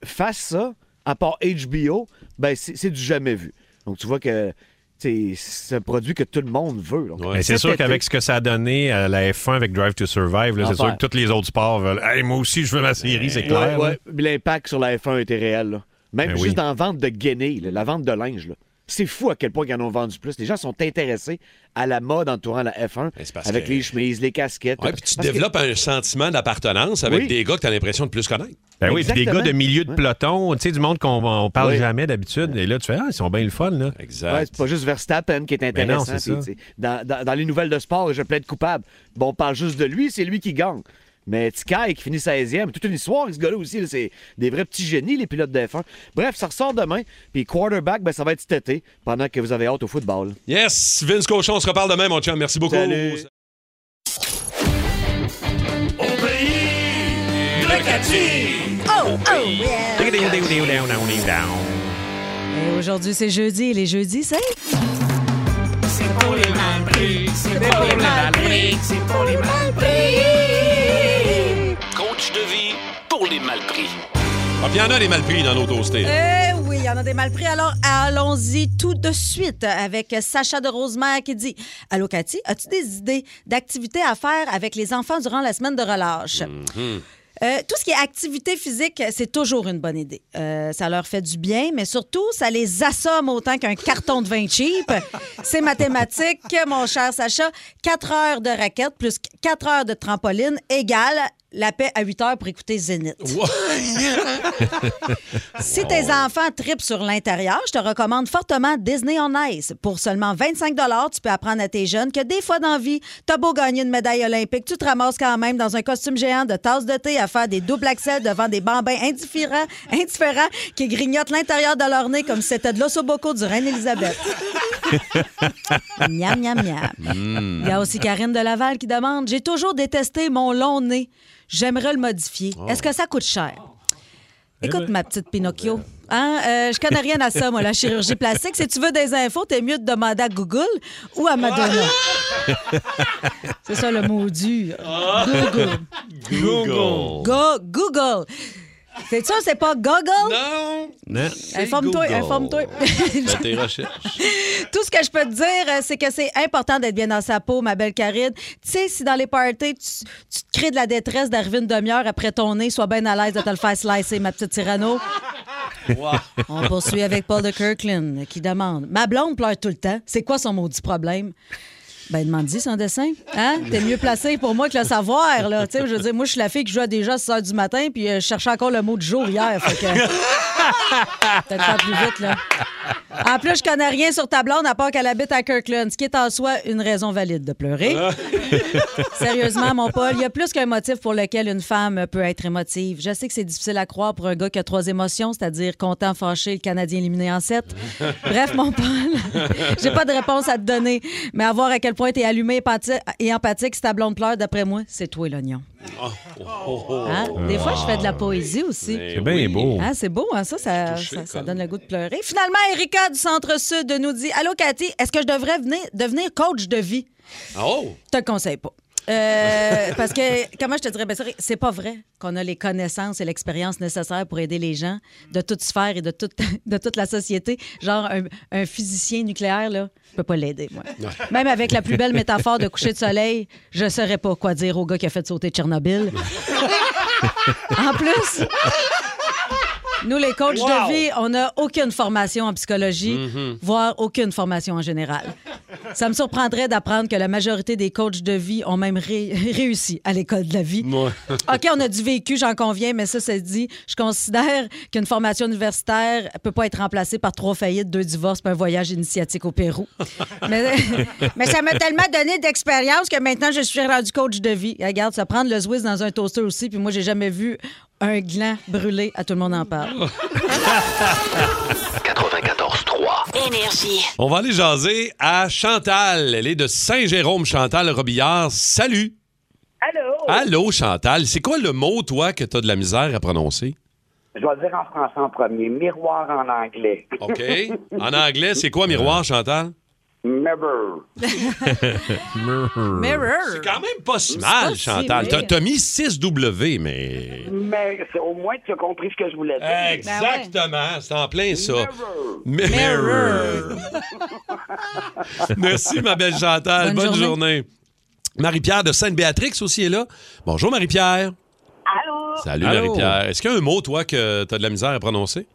[SPEAKER 11] fasse ça, à part HBO, ben c'est c'est du jamais vu. Donc, tu vois que tu sais, c'est un produit que tout le monde veut. Donc,
[SPEAKER 3] Mais c'est
[SPEAKER 11] cet
[SPEAKER 3] sûr
[SPEAKER 11] été-
[SPEAKER 3] qu'avec ce que ça a donné à la F1 avec Drive to Survive, là, c'est
[SPEAKER 11] Enfer.
[SPEAKER 3] sûr que tous les autres sports veulent. Hey, moi aussi, je veux ma série, c'est clair. hein.
[SPEAKER 11] Ouais,
[SPEAKER 3] là.
[SPEAKER 11] ouais. Puis L'impact sur la F1 était réel. là. Même
[SPEAKER 3] Ben
[SPEAKER 11] juste
[SPEAKER 3] oui.
[SPEAKER 11] dans la vente de guenilles, là, la vente de linge. là. C'est fou à quel point ils en ont vendu plus. Les gens sont intéressés à la mode entourant la F1
[SPEAKER 1] Ben, c'est parce
[SPEAKER 11] avec
[SPEAKER 1] que-
[SPEAKER 11] les chemises, les casquettes.
[SPEAKER 1] Ouais, puis tu
[SPEAKER 11] Parce que-
[SPEAKER 1] développes un sentiment d'appartenance avec
[SPEAKER 11] Oui.
[SPEAKER 1] des gars que tu as l'impression de plus connaître.
[SPEAKER 3] Ben oui, puis des
[SPEAKER 11] Exactement.
[SPEAKER 3] gars de milieu de
[SPEAKER 11] Ouais.
[SPEAKER 3] peloton, tu sais, du monde qu'on on parle
[SPEAKER 11] Oui.
[SPEAKER 3] jamais d'habitude. Et là, tu fais, ah, ils sont bien le fun, là.
[SPEAKER 1] Exact.
[SPEAKER 11] Ouais, c'est pas juste Verstappen
[SPEAKER 1] Ben
[SPEAKER 11] qui est intéressant.
[SPEAKER 3] non, c'est
[SPEAKER 11] puis,
[SPEAKER 3] ça.
[SPEAKER 11] tu sais, Dans, dans- dans les nouvelles de sport, je plaide coupable. Bon, on parle juste de lui, c'est lui qui gagne. Mais Tikai qui finit 16e, toute une histoire, ce gars-là aussi, là, c'est des vrais petits génies, les pilotes de F1. Bref, ça ressort demain. Puis quarterback, ben, ça va être cet été, pendant que vous avez hâte au football.
[SPEAKER 1] Yes, Vince Cochon, on se reparle demain, mon chum. Merci beaucoup.
[SPEAKER 11] Salut.
[SPEAKER 4] Oh, oh, yeah. Et aujourd'hui, c'est jeudi. Et les jeudis, c'est...
[SPEAKER 2] Coach de vie pour les
[SPEAKER 4] <laughs>
[SPEAKER 2] mal pris.
[SPEAKER 1] Ah, puis il y en a des mal pris dans nos toastés.
[SPEAKER 4] Eh oui, il y en a des mal pris. Alors, allons-y tout de suite avec Sacha de Rosemère qui dit Allô, Cathy, as-tu des idées d'activités à faire avec les enfants durant la semaine de relâche? Euh, tout ce qui est activité physique, c'est toujours une bonne idée. Euh, ça leur fait du bien, mais surtout, ça les assomme autant qu'un carton de vin cheap. C'est mathématique, mon cher Sacha. 4 heures de raquette plus 4 heures de trampoline égale la paix à 8 heures pour écouter Zénith. Si tes enfants tripent sur l'intérieur, je te recommande fortement Disney on Ice. Pour seulement 25 tu peux apprendre à tes jeunes que des fois dans la vie, t'as beau gagner une médaille olympique, tu te ramasses quand même dans un costume géant de tasse de thé à faire des doubles accès devant des bambins indifférents, <laughs> indifférents qui grignotent l'intérieur de leur nez comme si c'était de l'ossoboco du reine Élisabeth. <laughs> miam, miam, miam.
[SPEAKER 1] Hmm.
[SPEAKER 4] Il y a aussi Karine de Laval qui demande J'ai toujours détesté mon long nez. J'aimerais le modifier. Est-ce que ça coûte cher? Écoute, ma petite Pinocchio. Hein, euh, je connais rien à ça, moi, la chirurgie plastique. Si tu veux des infos, t'es mieux de demander à Google ou à Madonna. C'est ça le mot dur. Google.
[SPEAKER 1] Ah. Google.
[SPEAKER 4] Go Google. C'est ça, c'est pas Google?
[SPEAKER 1] Non.
[SPEAKER 3] Non.
[SPEAKER 4] Informe-toi,
[SPEAKER 1] Google.
[SPEAKER 4] informe-toi.
[SPEAKER 1] <laughs>
[SPEAKER 4] <laughs>
[SPEAKER 1] Fais Ben, tes
[SPEAKER 3] <laughs>
[SPEAKER 1] recherches.
[SPEAKER 4] Tout ce que je peux te dire, euh, c'est que c'est important d'être bien dans sa peau, ma belle Caride. Tu sais, si dans les parties, tu, tu te crées de la détresse d'arriver une demi-heure après ton nez, sois bien à l'aise de te le faire slicer, ma petite Cyrano. On poursuit avec Paul de Kirkland qui demande Ma blonde pleure tout le temps. C'est quoi son maudit problème? Ben, demande-y son dessin. Hein? T'es mieux placé pour moi que le savoir, là. Tu sais, je veux dire, moi, je suis la fille qui joue à déjà à 6 h du matin, puis euh, je cherchais encore le mot du jour hier. Fait que. Peut-être pas plus vite, là. En plus, je connais rien sur ta blonde à part qu'elle habite à Kirkland, ce qui est en soi une raison valide de pleurer.
[SPEAKER 13] Ah.
[SPEAKER 4] Sérieusement, mon Paul, il y a plus qu'un motif pour lequel une femme peut être émotive. Je sais que c'est difficile à croire pour un gars qui a trois émotions, c'est-à-dire content, fâché, le Canadien éliminé en sept. Bref, mon Paul, <laughs> j'ai pas de réponse à te donner, mais à voir à quel point t'es allumé empathique- et empathique si ta blonde pleure, d'après moi, c'est toi l'oignon.
[SPEAKER 1] Oh,
[SPEAKER 4] Hein?
[SPEAKER 13] Oh.
[SPEAKER 4] Des fois, je fais de la poésie aussi.
[SPEAKER 3] C'est bien oui. beau.
[SPEAKER 4] Hein, c'est beau, hein, ça, ça,
[SPEAKER 3] Touché,
[SPEAKER 4] ça- ça donne le goût de pleurer. Finalement, Erika du Centre-Sud nous dit Allô, Cathy, est-ce que je devrais venir, devenir coach de vie
[SPEAKER 1] Oh!
[SPEAKER 4] Je te le conseille pas. Euh, parce que, comment je te dirais, ben, c'est vrai, c'est pas vrai qu'on a les connaissances et l'expérience nécessaires pour aider les gens de toute sphère et de toute, <laughs> de toute la société. Genre, un, un physicien nucléaire, là, je peux pas l'aider, moi. Même avec la plus belle métaphore de coucher de soleil, je saurais pas quoi dire au gars qui a fait sauter Tchernobyl. <laughs>
[SPEAKER 1] <laughs>
[SPEAKER 4] en plus, nous, les coachs
[SPEAKER 13] Wow!
[SPEAKER 4] de vie, on n'a aucune formation en psychologie,
[SPEAKER 13] Mhm.
[SPEAKER 4] voire aucune formation en général. Ça me surprendrait d'apprendre que la majorité des coachs de vie ont même ré- <laughs> réussi à l'école de la vie. OK, on a du vécu, j'en conviens, mais ça, c'est dit. Je considère qu'une formation universitaire peut pas être remplacée par trois faillites, deux divorces, puis un voyage initiatique au Pérou. mais, mais ça m'a tellement donné d'expérience que maintenant, je suis rendu coach de vie. Regarde, ça prendre le Swiss dans un toaster aussi, puis moi, j'ai jamais vu un gland brûlé. À tout le monde en parle.
[SPEAKER 2] 94-3.
[SPEAKER 10] Énergie.
[SPEAKER 1] On va aller jaser à Chantal. Elle est de Saint-Jérôme, Chantal Robillard. Salut!
[SPEAKER 14] Allô?
[SPEAKER 1] Allô, Chantal. C'est quoi le mot, toi, que t'as de la misère à prononcer?
[SPEAKER 14] Je vais le dire en français en premier. Miroir en anglais.
[SPEAKER 1] OK? en anglais, c'est quoi miroir, Chantal? <laughs>
[SPEAKER 14] Mirror.
[SPEAKER 1] Mirror. C'est quand même pas si
[SPEAKER 14] pas
[SPEAKER 1] mal,
[SPEAKER 14] si
[SPEAKER 1] Chantal.
[SPEAKER 14] pire.
[SPEAKER 1] T'as t'as mis 6W, mais.
[SPEAKER 14] Mais c'est- au moins, tu as compris ce que je voulais dire.
[SPEAKER 1] Exactement, c'est en plein ça. Ben Ben Mirror. <laughs> Merci, ma belle Chantal. Bonne,
[SPEAKER 14] Bonne
[SPEAKER 1] journée. Marie-Pierre de Sainte-Béatrix aussi est là. Bonjour, Marie-Pierre.
[SPEAKER 15] Allô?
[SPEAKER 1] Salut,
[SPEAKER 3] Allô.
[SPEAKER 1] Marie-Pierre. Est-ce qu'il y a un mot, toi, que t'as de la misère à prononcer?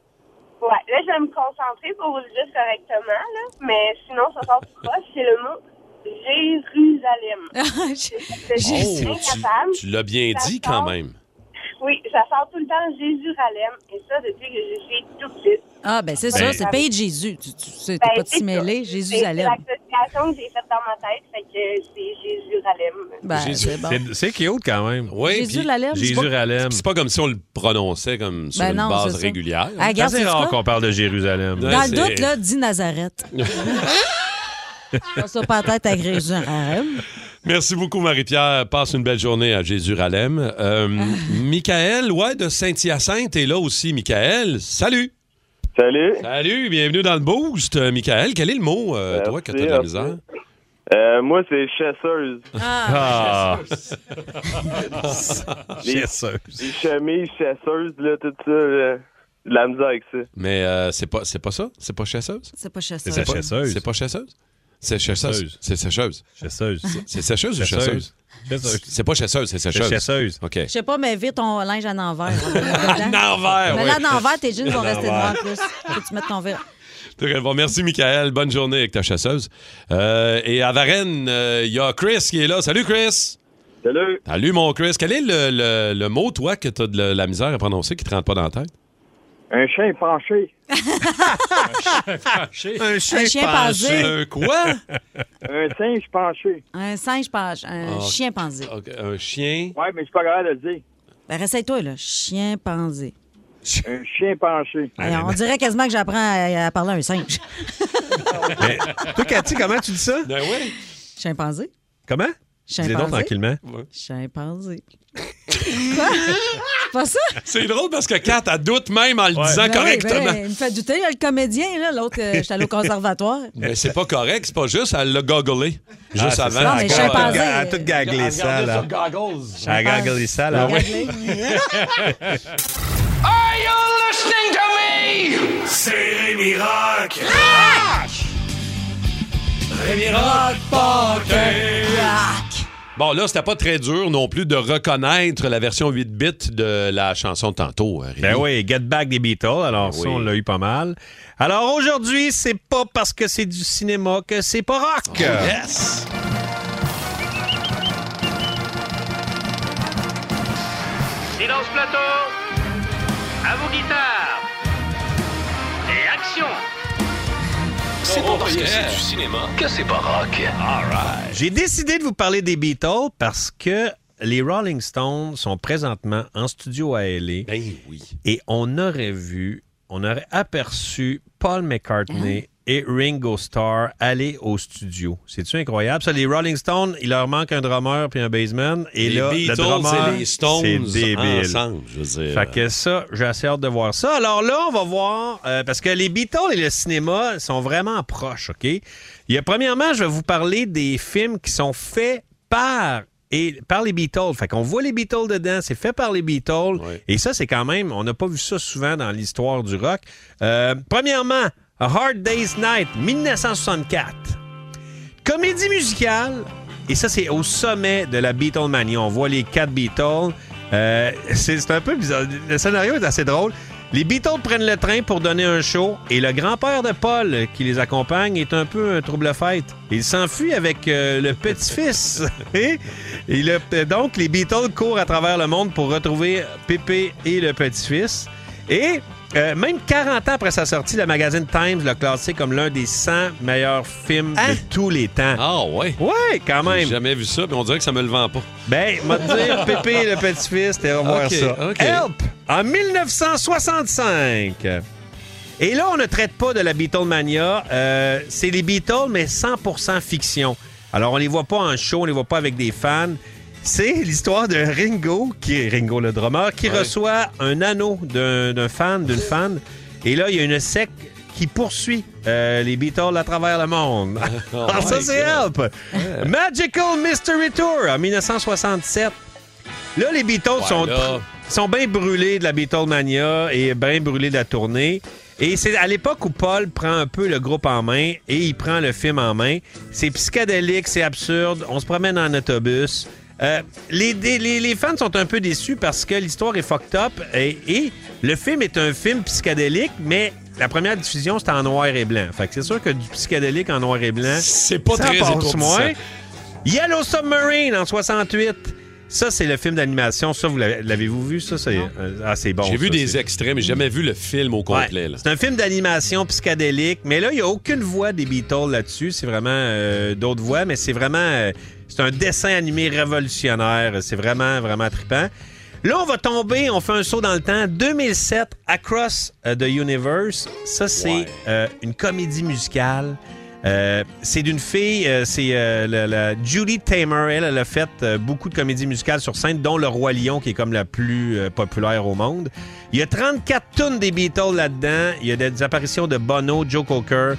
[SPEAKER 15] Ouais, là, je vais me concentrer pour vous le dire correctement, là, mais sinon, ça sort tout proche. C'est le mot Jérusalem. Je suis
[SPEAKER 1] Oh, tu-
[SPEAKER 16] Ah,
[SPEAKER 15] incapable.
[SPEAKER 1] tu l'as bien
[SPEAKER 15] Ça
[SPEAKER 1] dit
[SPEAKER 15] sort-
[SPEAKER 1] quand même.
[SPEAKER 15] Oui, ça sort tout le temps Jérusalem, et ça depuis que je suis tout petite.
[SPEAKER 4] Ah, ben c'est
[SPEAKER 15] Ben-
[SPEAKER 4] ça, c'est le pays de Jésus. Tu, tu sais, t'es
[SPEAKER 15] Ben,
[SPEAKER 4] pas de
[SPEAKER 15] c'est
[SPEAKER 4] si mêlé.
[SPEAKER 15] ça. Ben,
[SPEAKER 4] Jésus
[SPEAKER 15] C'est- C'est l'association que j'ai faite dans ma tête, fait que c'est Jérusalem.
[SPEAKER 17] Ben,
[SPEAKER 4] Jésus. Ben, c'est bon.
[SPEAKER 3] C'est- C'est cute quand même.
[SPEAKER 1] Oui,
[SPEAKER 4] Jésus
[SPEAKER 1] puis-
[SPEAKER 4] Ralem.
[SPEAKER 1] Jésus
[SPEAKER 4] C'est pas-
[SPEAKER 1] Ralem. C'est pas comme si on le prononçait comme sur
[SPEAKER 4] Ben non,
[SPEAKER 1] une base
[SPEAKER 4] c'est ça.
[SPEAKER 1] régulière.
[SPEAKER 4] Ah, regarde,
[SPEAKER 3] C'est
[SPEAKER 4] sais-tu
[SPEAKER 3] rare
[SPEAKER 4] quoi?
[SPEAKER 3] qu'on parle de Jérusalem.
[SPEAKER 4] Dans le doute, là,
[SPEAKER 15] <laughs>
[SPEAKER 4] dis Nazareth. Pas ça pas la tête à Ah, hein? Jérusalem.
[SPEAKER 1] Merci beaucoup, Marie-Pierre. Passe une belle journée à Jésus-Ralem.
[SPEAKER 4] <laughs>
[SPEAKER 1] Euh, Michael, ouais, de Saint-Hyacinthe est là aussi. Michael, salut!
[SPEAKER 18] Salut!
[SPEAKER 1] Salut, bienvenue dans le Boost. Euh, Michael, quel est le mot, euh, toi, que t'as de la
[SPEAKER 18] merci.
[SPEAKER 1] misère?
[SPEAKER 18] Euh,
[SPEAKER 1] <laughs>
[SPEAKER 18] moi, c'est chasseuse.
[SPEAKER 1] Ah.
[SPEAKER 18] Les- Les chemises chasseuses, là, tout ça, là, de la misère avec ça.
[SPEAKER 1] Mais euh, c'est pas, c'est pas ça? C'est pas chasseuse?
[SPEAKER 4] C'est pas chasseuse.
[SPEAKER 1] C'est pas chasseuse. C'est pas chasseuse? C'est chasseuse.
[SPEAKER 3] Chasseuse.
[SPEAKER 1] C'est sécheuse.
[SPEAKER 3] Chasseuse.
[SPEAKER 1] C'est sécheuse ou
[SPEAKER 3] Chasseuse.
[SPEAKER 1] chasseuse?
[SPEAKER 3] Chasseuse.
[SPEAKER 1] C'est pas chasseuse, c'est sécheuse.
[SPEAKER 3] C'est chasseuse.
[SPEAKER 1] OK.
[SPEAKER 4] Je sais pas, mais vite ton linge à l'envers.
[SPEAKER 1] <laughs> À l'envers,
[SPEAKER 4] Mais
[SPEAKER 1] oui.
[SPEAKER 4] là, à l'envers, tes jeans
[SPEAKER 1] À
[SPEAKER 4] vont rester
[SPEAKER 1] l'envers.
[SPEAKER 4] noirs en plus. Faut que tu mettes ton verre.
[SPEAKER 1] Très bon. Merci, Michael. Bonne journée avec ta chasseuse. Euh, et à Varennes, euh, il y a Chris qui est là. Salut, Chris.
[SPEAKER 18] Salut.
[SPEAKER 1] Salut, mon Chris. Quel est le, le- le mot, toi, que tu as de la, la misère à prononcer qui te rentre pas dans la tête?
[SPEAKER 18] Un chien penché.
[SPEAKER 1] Un
[SPEAKER 4] chien Un chien penché. penché.
[SPEAKER 1] Un quoi?
[SPEAKER 18] un singe penché.
[SPEAKER 4] Un singe page, un
[SPEAKER 1] Ah,
[SPEAKER 4] chien pansé.
[SPEAKER 1] OK, Un chien.
[SPEAKER 18] Ouais, mais je suis pas capable de le dire.
[SPEAKER 4] Ben, toi là. Chien pansé.
[SPEAKER 18] Un chien penché.
[SPEAKER 4] Hey, on dirait quasiment que j'apprends à, à parler à un singe. <laughs>
[SPEAKER 3] Toi, Cathy, comment tu dis ça?
[SPEAKER 1] Ben oui.
[SPEAKER 4] Chimpanzé.
[SPEAKER 3] Comment? Dis-le donc
[SPEAKER 4] Chimpanzé.
[SPEAKER 3] tranquillement.
[SPEAKER 4] Chimpanzé. Quoi? C'est pas ça?
[SPEAKER 1] C'est drôle parce que Kat, elle doute même en le disant
[SPEAKER 4] Ben oui, ben,
[SPEAKER 1] correctement.
[SPEAKER 4] il me fait douter, là, le comédien, là. L'autre, euh, j'étais allé au conservatoire.
[SPEAKER 1] Mais c'est pas correct, c'est pas juste, elle l'a gogolé
[SPEAKER 3] Ah,
[SPEAKER 1] juste
[SPEAKER 3] c'est
[SPEAKER 1] avant.
[SPEAKER 3] ça. Non, mais
[SPEAKER 1] Elle a- elle
[SPEAKER 3] chimpanzé,
[SPEAKER 1] a-
[SPEAKER 3] euh,
[SPEAKER 1] elle a tout gaglé
[SPEAKER 3] elle
[SPEAKER 1] ça,
[SPEAKER 3] regardait
[SPEAKER 1] là.
[SPEAKER 3] sur Elle a gaglé ça, là.
[SPEAKER 1] <laughs>
[SPEAKER 13] Are you listening to me? C'est Rémi Rock. Rock! Rémi Rock Parker.
[SPEAKER 1] Bon, là, c'était pas très dur non plus de reconnaître la version 8 bits de la chanson de tantôt. hein, Rémi.
[SPEAKER 3] Ben oui, Get Back des Beatles, alors
[SPEAKER 1] Ben
[SPEAKER 3] ça,
[SPEAKER 1] oui.
[SPEAKER 3] on l'a eu pas mal. Alors aujourd'hui, c'est pas parce que c'est du cinéma que c'est pas rock.
[SPEAKER 1] Oh, yes!
[SPEAKER 13] Silence plateau. À vos guitares. Et action.
[SPEAKER 2] C'est pas parce que c'est du cinéma que c'est pas rock.
[SPEAKER 3] J'ai décidé de vous parler des Beatles parce que les Rolling Stones sont présentement en studio à LA.
[SPEAKER 1] Ben
[SPEAKER 3] Et on aurait vu, on aurait aperçu Paul McCartney
[SPEAKER 1] Hein?
[SPEAKER 3] et Ringo Starr aller au studio. C'est-tu incroyable? Ça, les Rolling Stones, il leur manque un drummer puis un baseman. Et
[SPEAKER 1] Les
[SPEAKER 3] là,
[SPEAKER 1] Beatles
[SPEAKER 3] le drummer,
[SPEAKER 1] et les Stones
[SPEAKER 3] c'est débile.
[SPEAKER 1] ensemble, je veux dire.
[SPEAKER 3] Fait que ça, j'ai assez hâte de voir ça. Alors là, on va voir, euh, parce que les Beatles et le cinéma sont vraiment proches, OK? Il y a, premièrement, je vais vous parler des films qui sont faits par, et, par les Beatles. Fait qu'on voit les Beatles dedans, c'est fait par les Beatles. Et ça, c'est quand même, on n'a pas vu ça souvent dans l'histoire du rock. Euh, premièrement, A Hard Day's Night, 1964. Comédie musicale. Et ça, c'est au sommet de la Beatlemania. On voit les quatre Beatles. Euh, c'est c'est un peu bizarre. Le scénario est assez drôle. Les Beatles prennent le train pour donner un show et le grand-père de Paul euh, qui les accompagne est un peu un trouble-fête. Il s'enfuit avec euh, le petit-fils. <laughs> Et le- donc, les Beatles courent à travers le monde pour retrouver Pépé et le petit-fils. Et euh, même 40 ans après sa sortie, le magazine Times l'a classé comme l'un des 100 meilleurs films de tous les temps.
[SPEAKER 1] Hein? Ah ouais?
[SPEAKER 3] Ouais, quand même.
[SPEAKER 1] J'ai jamais vu ça, puis on dirait que ça me le vend pas.
[SPEAKER 3] Ben, m'a dire Pépé le petit-fils, t'es revoir
[SPEAKER 1] Ok,
[SPEAKER 3] ça.
[SPEAKER 1] ok.
[SPEAKER 3] Help! En 1965. Et là, on ne traite pas de la Beatlemania. Euh, c'est les Beatles, mais 100% fiction. Alors, on les voit pas en show, on les voit pas avec des fans. C'est l'histoire de Ringo, qui est Ringo le drummer, qui reçoit un anneau d'un d'un fan, d'une fan. Et là, il y a une secte qui poursuit euh, les Beatles à travers le monde. Alors, ça,
[SPEAKER 13] my
[SPEAKER 3] c'est
[SPEAKER 13] God.
[SPEAKER 3] Help! Magical Mystery Tour en 1967. Là, les Beatles sont,
[SPEAKER 1] là.
[SPEAKER 3] sont bien brûlés de la Beatlemania et bien brûlés de la tournée. Et c'est à l'époque où Paul prend un peu le groupe en main et il prend le film en main. C'est psychédélique, c'est absurde. On se promène en autobus. Euh, les, les- les- les fans sont un peu déçus parce que l'histoire est fucked up et, et le film est un film psychédélique, mais la première diffusion, c'était en noir et blanc. Fait que c'est sûr que du psychédélique en noir et blanc,
[SPEAKER 1] c'est pas
[SPEAKER 3] ça
[SPEAKER 1] très
[SPEAKER 3] passe
[SPEAKER 1] étourdissant.
[SPEAKER 3] moins. Yellow Submarine en 68. Ça, c'est le film d'animation. Ça, vous l'avez- l'avez-vous vu? Ça, c'est euh, ah, c'est bon.
[SPEAKER 1] J'ai vu
[SPEAKER 3] ça,
[SPEAKER 1] des
[SPEAKER 3] c'est-
[SPEAKER 1] extraits, mais j'ai jamais vu le film au complet.
[SPEAKER 3] Ouais.
[SPEAKER 1] là.
[SPEAKER 3] C'est un film d'animation psychédélique, mais là, il n'y a aucune voix des Beatles là-dessus. C'est vraiment euh, d'autres voix, mais c'est vraiment. euh, c'est un dessin animé révolutionnaire. C'est vraiment, vraiment trippant. Là, on va tomber, on fait un saut dans le temps. 2007, Across euh, the Universe. Ça, c'est euh, une comédie musicale. Euh, c'est d'une fille, euh, c'est euh, la, la Julie Tamer. Elle, elle a fait euh, beaucoup de comédies musicales sur scène, dont Le Roi Lion, qui est comme la plus euh, populaire au monde. Il y a 34 tunes des Beatles là-dedans. Il y a des apparitions de Bono, Joe Cocker.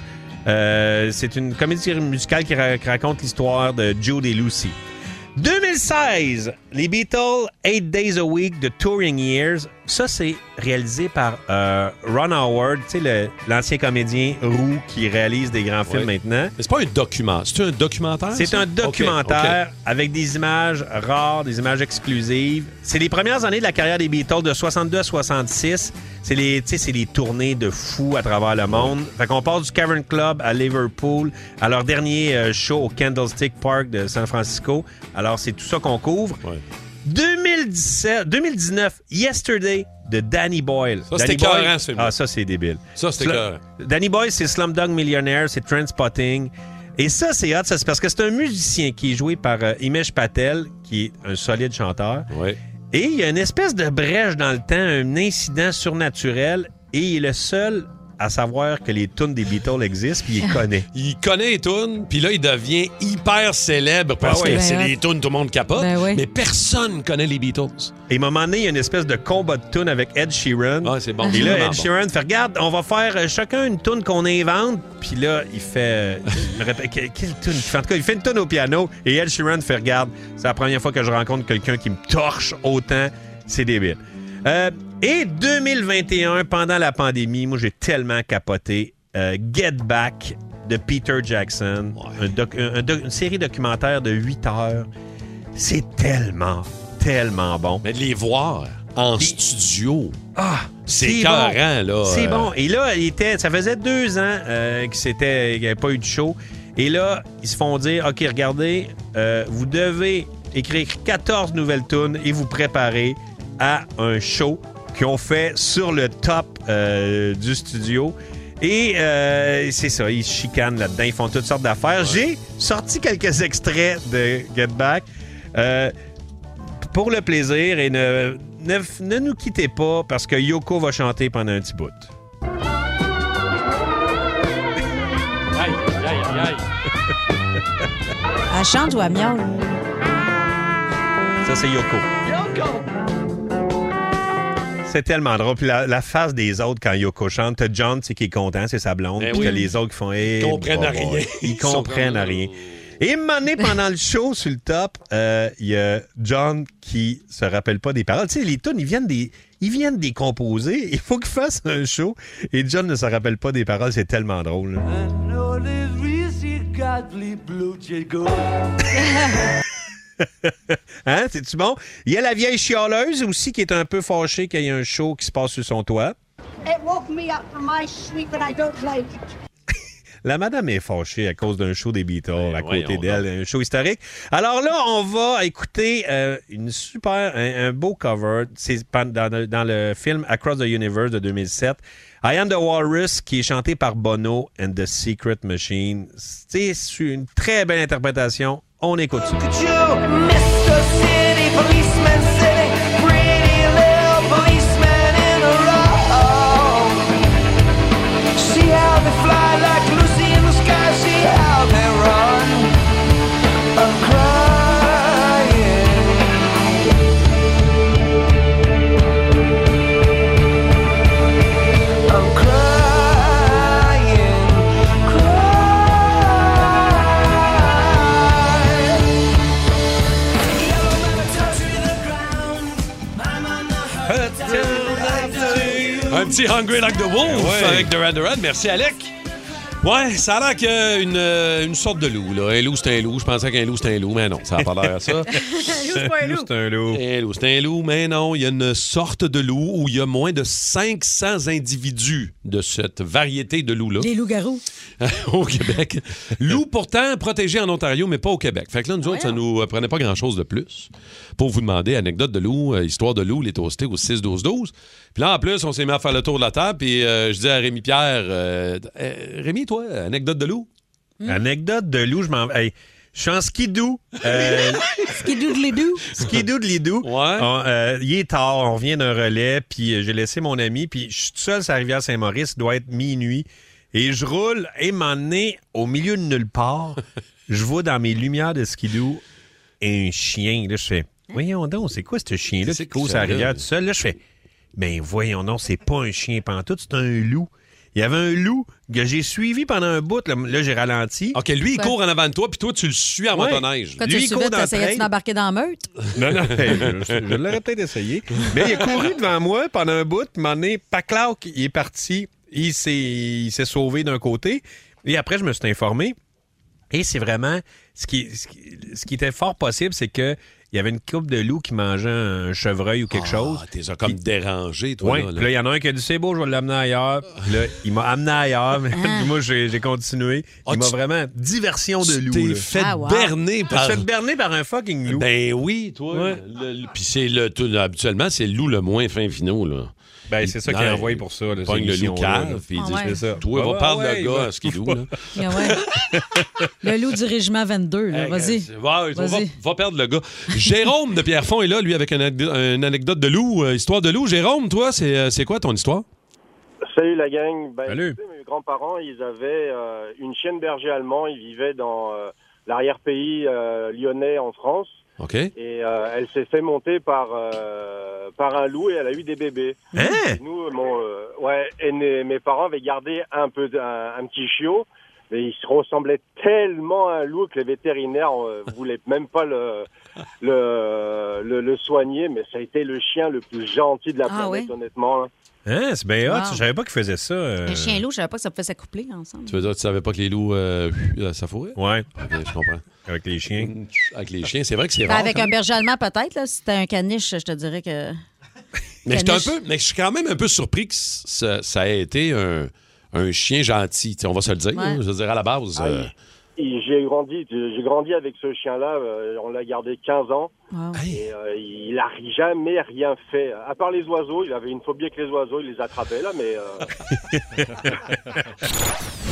[SPEAKER 3] Euh, c'est une comédie musicale qui, ra- qui raconte l'histoire de Jude et Lucy. 2016, les Beatles, 8 Days a Week, The Touring Years. Ça, c'est réalisé par euh, Ron Howard, tu sais, le- l'ancien comédien roux qui réalise des grands films
[SPEAKER 1] Ouais.
[SPEAKER 3] maintenant.
[SPEAKER 1] Mais c'est pas un document. C'est un documentaire?
[SPEAKER 3] C'est
[SPEAKER 1] ça?
[SPEAKER 3] un
[SPEAKER 1] Ok,
[SPEAKER 3] documentaire
[SPEAKER 1] ok.
[SPEAKER 3] avec des images rares, des images exclusives. C'est les premières années de la carrière des Beatles, de 62 à 66. C'est les, tu sais, c'est les tournées de fous à travers le monde. Fait qu'on part du Cavern Club à Liverpool, à leur dernier euh, show au Candlestick Park de San Francisco. Alors, c'est tout ça qu'on couvre. 2017, 2019, Yesterday de Danny Boyle.
[SPEAKER 1] Ça, c'était
[SPEAKER 3] Danny Boyle-
[SPEAKER 1] écœurant, ce film.
[SPEAKER 3] Ah, ça, c'est débile.
[SPEAKER 1] Ça, c'était
[SPEAKER 3] Slu-
[SPEAKER 1] écœurant.
[SPEAKER 3] Danny Boy, c'est Slumdog Millionaire, c'est Trendspotting. Et ça, c'est hot, ça, c'est parce que c'est un musicien qui est joué par euh, Imesh Patel, qui est un solide chanteur. Et il y a une espèce de brèche dans le temps, un incident surnaturel, et il est le seul à savoir que les tunes des Beatles existent, puis
[SPEAKER 1] <laughs>
[SPEAKER 3] il connaît.
[SPEAKER 1] Il connaît les tunes, puis là, il devient hyper célèbre parce
[SPEAKER 3] Ah ouais.
[SPEAKER 1] que
[SPEAKER 3] Ben
[SPEAKER 1] c'est
[SPEAKER 3] ouais.
[SPEAKER 1] des tunes, tout le monde capote.
[SPEAKER 3] Ben ouais.
[SPEAKER 1] Mais personne connaît les Beatles.
[SPEAKER 3] Et à un moment donné, il y a une espèce de combat de tunes avec Ed Sheeran.
[SPEAKER 1] c'est bon.
[SPEAKER 3] Et
[SPEAKER 1] c'est
[SPEAKER 3] là,
[SPEAKER 1] vraiment
[SPEAKER 3] Ed
[SPEAKER 1] bon.
[SPEAKER 3] Sheeran fait Regarde, on va faire euh, chacun une tune qu'on invente. Puis là, il fait. euh, je me répète, <laughs> que- quelle tune qu'il fait En tout cas, il fait une tune au piano. Et Ed Sheeran fait Regarde, c'est la première fois que je rencontre quelqu'un qui me torche autant. C'est débile. Euh, et 2021, pendant la pandémie, moi, j'ai tellement capoté. euh, Get Back de Peter Jackson, Un doc- un- un doc- une série documentaire de 8 heures C'est tellement, tellement bon.
[SPEAKER 1] Mais de les voir en studio.
[SPEAKER 3] Ah!
[SPEAKER 1] C'est écœurant,
[SPEAKER 3] bon.
[SPEAKER 1] là.
[SPEAKER 3] C'est
[SPEAKER 1] Euh,
[SPEAKER 3] bon. Et là, il était, ça faisait deux ans euh, qu'il s'était- qu'il n'y avait pas eu de show. Et là, ils se font dire OK, regardez, euh, vous devez écrire 14 nouvelles tunes et vous préparer à un show qu'ils ont fait sur le top euh, du studio. Et euh, c'est ça, ils se chicanent là-dedans, ils font toutes sortes d'affaires. J'ai sorti quelques extraits de Get Back. Euh, pour le plaisir et ne, ne, ne nous quittez pas parce que Yoko va chanter pendant un petit bout.
[SPEAKER 5] Aïe, aïe, aïe.
[SPEAKER 4] Elle chante ou elle miaule?
[SPEAKER 3] Ça, c'est Yoko. C'est tellement drôle. Puis la, la face des autres quand Yoko chante, t'as John tu sais, qui est content, c'est sa blonde.
[SPEAKER 1] Ben
[SPEAKER 3] puis
[SPEAKER 1] oui.
[SPEAKER 3] t'as les autres qui font hey,
[SPEAKER 1] Ils comprennent
[SPEAKER 3] boy,
[SPEAKER 1] à
[SPEAKER 3] boy.
[SPEAKER 1] rien. <laughs>
[SPEAKER 3] Ils
[SPEAKER 1] Ils sont
[SPEAKER 3] comprennent à
[SPEAKER 1] comme- oh.
[SPEAKER 3] rien. Et mané pendant le show sur le top, euh, il y a John qui se rappelle pas des paroles. Tu sais, les tunes, ils viennent des. Ils viennent des composer. Il faut qu'il fasse un show. Et John ne se rappelle pas des paroles. C'est tellement drôle. là.
[SPEAKER 13] <laughs>
[SPEAKER 3] Hein? C'est-tu bon? Il y a la vieille chialeuse aussi qui est un peu fâchée qu'il y ait un show qui se passe sur son toit.
[SPEAKER 19] It woke me up from my sleep and I don't like it.
[SPEAKER 3] La madame est fâchée à cause d'un show des Beatles à côté
[SPEAKER 1] voyons
[SPEAKER 3] d'elle, un show historique. Alors là, on va écouter euh, une super, un, un beau cover. C'est pan- dans, le- dans le film Across the Universe de 2007. I Am the Walrus, qui est chanté par Bono and the Secret Machine. C'est une très belle interprétation. On écoute ça.
[SPEAKER 13] Mr. City Policeman City, pretty little policeman in a row. See how they fly like Lucy in the sky, see how they run. A crying. A crying, crying.
[SPEAKER 1] Un petit Hungry Like the Wolf avec Duran Duran. Merci, Alec. Ouais, ça a l'air qu'il y a une, euh, une sorte de loup. Là. Un loup, c'est un loup. Je pensais qu'un loup, c'était un loup, mais non, ça n'a pas l'air à
[SPEAKER 3] <laughs>
[SPEAKER 1] ça.
[SPEAKER 3] c'est pas un loup. c'est un loup.
[SPEAKER 1] Un loup, c'est un loup, mais non, il y a une sorte de loup où il y a moins de 500 individus de cette variété de loup-là.
[SPEAKER 4] Les loups-garous.
[SPEAKER 1] <laughs> au Québec. Loup pourtant protégé en Ontario, mais pas au Québec. Fait que là, nous autres, ça nous euh, prenait pas grand-chose de plus pour vous demander anecdote de loup, euh, histoire de loup, les toastés au 6-12-12. Puis là, en plus, on s'est mis à faire le tour de la table, puis euh, je dis à Rémi-Pierre, euh, Euh, Rémi, toi, anecdote de loup?
[SPEAKER 3] Anecdote de loup, je m'en hey, Je suis en skidou. Euh,
[SPEAKER 4] Skidou-de-lidou.
[SPEAKER 3] <laughs> Skidou-de-lidou. On, euh, il est tard, on revient d'un relais, puis euh, j'ai laissé mon ami, puis je suis tout seul sur la rivière Saint-Maurice, doit être minuit, et je roule, et m'emmener au milieu de
[SPEAKER 1] <laughs>
[SPEAKER 3] nulle part, je vois dans mes lumières de Skidou un chien. Là, je fais, voyons donc, c'est quoi ce chien-là qui court sur la
[SPEAKER 1] fait là?
[SPEAKER 3] rivière tout seul? Là, je fais, ben voyons donc, c'est pas un chien pantoute, c'est un loup. Il y avait un loup que j'ai suivi pendant un bout. Là, là, j'ai ralenti.
[SPEAKER 1] OK, lui, il
[SPEAKER 4] Ouais. court
[SPEAKER 1] en avant de toi, puis toi, tu le suis à motoneige.
[SPEAKER 4] Quand tu le suivais, t'essayais-tu d'embarquer dans la
[SPEAKER 1] <laughs>
[SPEAKER 4] meute?
[SPEAKER 3] Non, <laughs> non, hey, Ben, je, je l'aurais peut-être essayé. Mais il a couru devant moi pendant un bout, puis m'en est paclauc, il est parti, il s'est, il s'est sauvé d'un côté, et après, je me suis informé. Et c'est vraiment ce qui, ce qui, ce qui était fort possible, c'est que il y avait une coupe de loups qui mangeait un chevreuil ou quelque chose.
[SPEAKER 1] Ah, T'es comme dérangé, toi.
[SPEAKER 3] Ouais.
[SPEAKER 1] là, Ah.
[SPEAKER 3] Puis
[SPEAKER 1] là.
[SPEAKER 3] là, il y en a un qui a dit c'est beau, je vais l'amener ailleurs. Puis là, il m'a amené ailleurs, mais
[SPEAKER 1] Ah.
[SPEAKER 3] puis <laughs> moi, j'ai, j'ai continué. Il m'a vraiment diversion de loup.
[SPEAKER 1] t'es
[SPEAKER 3] là.
[SPEAKER 1] fait Ah, wow. berner
[SPEAKER 3] Je me suis
[SPEAKER 1] par-
[SPEAKER 3] fait berner par un fucking loup.
[SPEAKER 1] Ben oui, toi. Le- le- Puis c'est le, tout- habituellement, c'est le loup le moins fin finot, là.
[SPEAKER 3] Ben, c'est ça
[SPEAKER 1] Non,
[SPEAKER 3] qu'il
[SPEAKER 1] il-
[SPEAKER 3] envoie pour ça. là,
[SPEAKER 1] il
[SPEAKER 3] ces
[SPEAKER 1] pogne le loup
[SPEAKER 3] émissions-là, là.
[SPEAKER 1] cave, puis il
[SPEAKER 4] Ah
[SPEAKER 1] dit,
[SPEAKER 4] ouais.
[SPEAKER 1] c'est ça. Toi,
[SPEAKER 3] Ah
[SPEAKER 1] va
[SPEAKER 3] ouais,
[SPEAKER 1] parler
[SPEAKER 3] ouais,
[SPEAKER 1] de
[SPEAKER 3] il
[SPEAKER 1] gars
[SPEAKER 3] va-
[SPEAKER 1] à ce qu'il loue, là.
[SPEAKER 4] Ah ouais. Le loup du régiment 22, là. Vas-y.
[SPEAKER 1] Ouais, va,
[SPEAKER 4] Vas-y.
[SPEAKER 1] va perdre le gars. Jérôme de Pierrefonds est là, lui, avec une, ane- une anecdote de loup, euh, histoire de loup. Jérôme, toi, c'est euh, c'est quoi ton histoire?
[SPEAKER 20] <laughs> Salut la gang. Ben,
[SPEAKER 1] Salut.
[SPEAKER 20] écoutez, mes grands-parents, ils avaient euh, une chienne berger allemand. Ils vivaient dans euh, l'arrière-pays euh, lyonnais en France.
[SPEAKER 1] OK.
[SPEAKER 20] Et euh, elle s'est fait monter par, euh, par un loup et elle a eu des bébés. Et nous, mon, euh, ouais, et mes, mes parents avaient gardé un, peu, d- un, un petit chiot. Mais il se ressemblait tellement à un loup que les vétérinaires euh, voulaient même pas le, le, le, le soigner, mais ça a été le chien le plus gentil de la
[SPEAKER 4] Ah
[SPEAKER 20] planète,
[SPEAKER 4] oui?
[SPEAKER 20] honnêtement. là.
[SPEAKER 3] Hein, c'est bien hot.
[SPEAKER 4] Wow.
[SPEAKER 3] Je savais pas qu'il faisait ça. euh.
[SPEAKER 4] Le chien loup, je savais pas que ça pouvait s'accoupler ensemble.
[SPEAKER 1] Tu veux dire, tu savais pas que les loups, euh, euh, ça fourrait?
[SPEAKER 3] Ouais.
[SPEAKER 1] je comprends.
[SPEAKER 3] Avec les chiens.
[SPEAKER 1] Avec les chiens, c'est vrai que c'est
[SPEAKER 4] Ben,
[SPEAKER 1] rare. hein.
[SPEAKER 4] avec
[SPEAKER 1] quand
[SPEAKER 4] un
[SPEAKER 1] même.
[SPEAKER 4] berger allemand, peut-être. là, Si t'as un caniche, je te dirais que.
[SPEAKER 1] mais, j'étais un
[SPEAKER 4] caniche.
[SPEAKER 1] peu, mais je suis quand même un peu surpris que c- ça, ça ait été un, un chien gentil. Tu sais, On va se le dire.
[SPEAKER 20] Ouais.
[SPEAKER 1] hein. Je veux dire, à la base.
[SPEAKER 20] Ah,
[SPEAKER 1] euh,
[SPEAKER 20] Et J'ai grandi, j'ai grandi avec ce chien-là. euh, On l'a gardé 15 ans. Et euh, il n'a jamais rien fait. À part les oiseaux, il avait une phobie avec les oiseaux, il les attrapait là, mais. euh,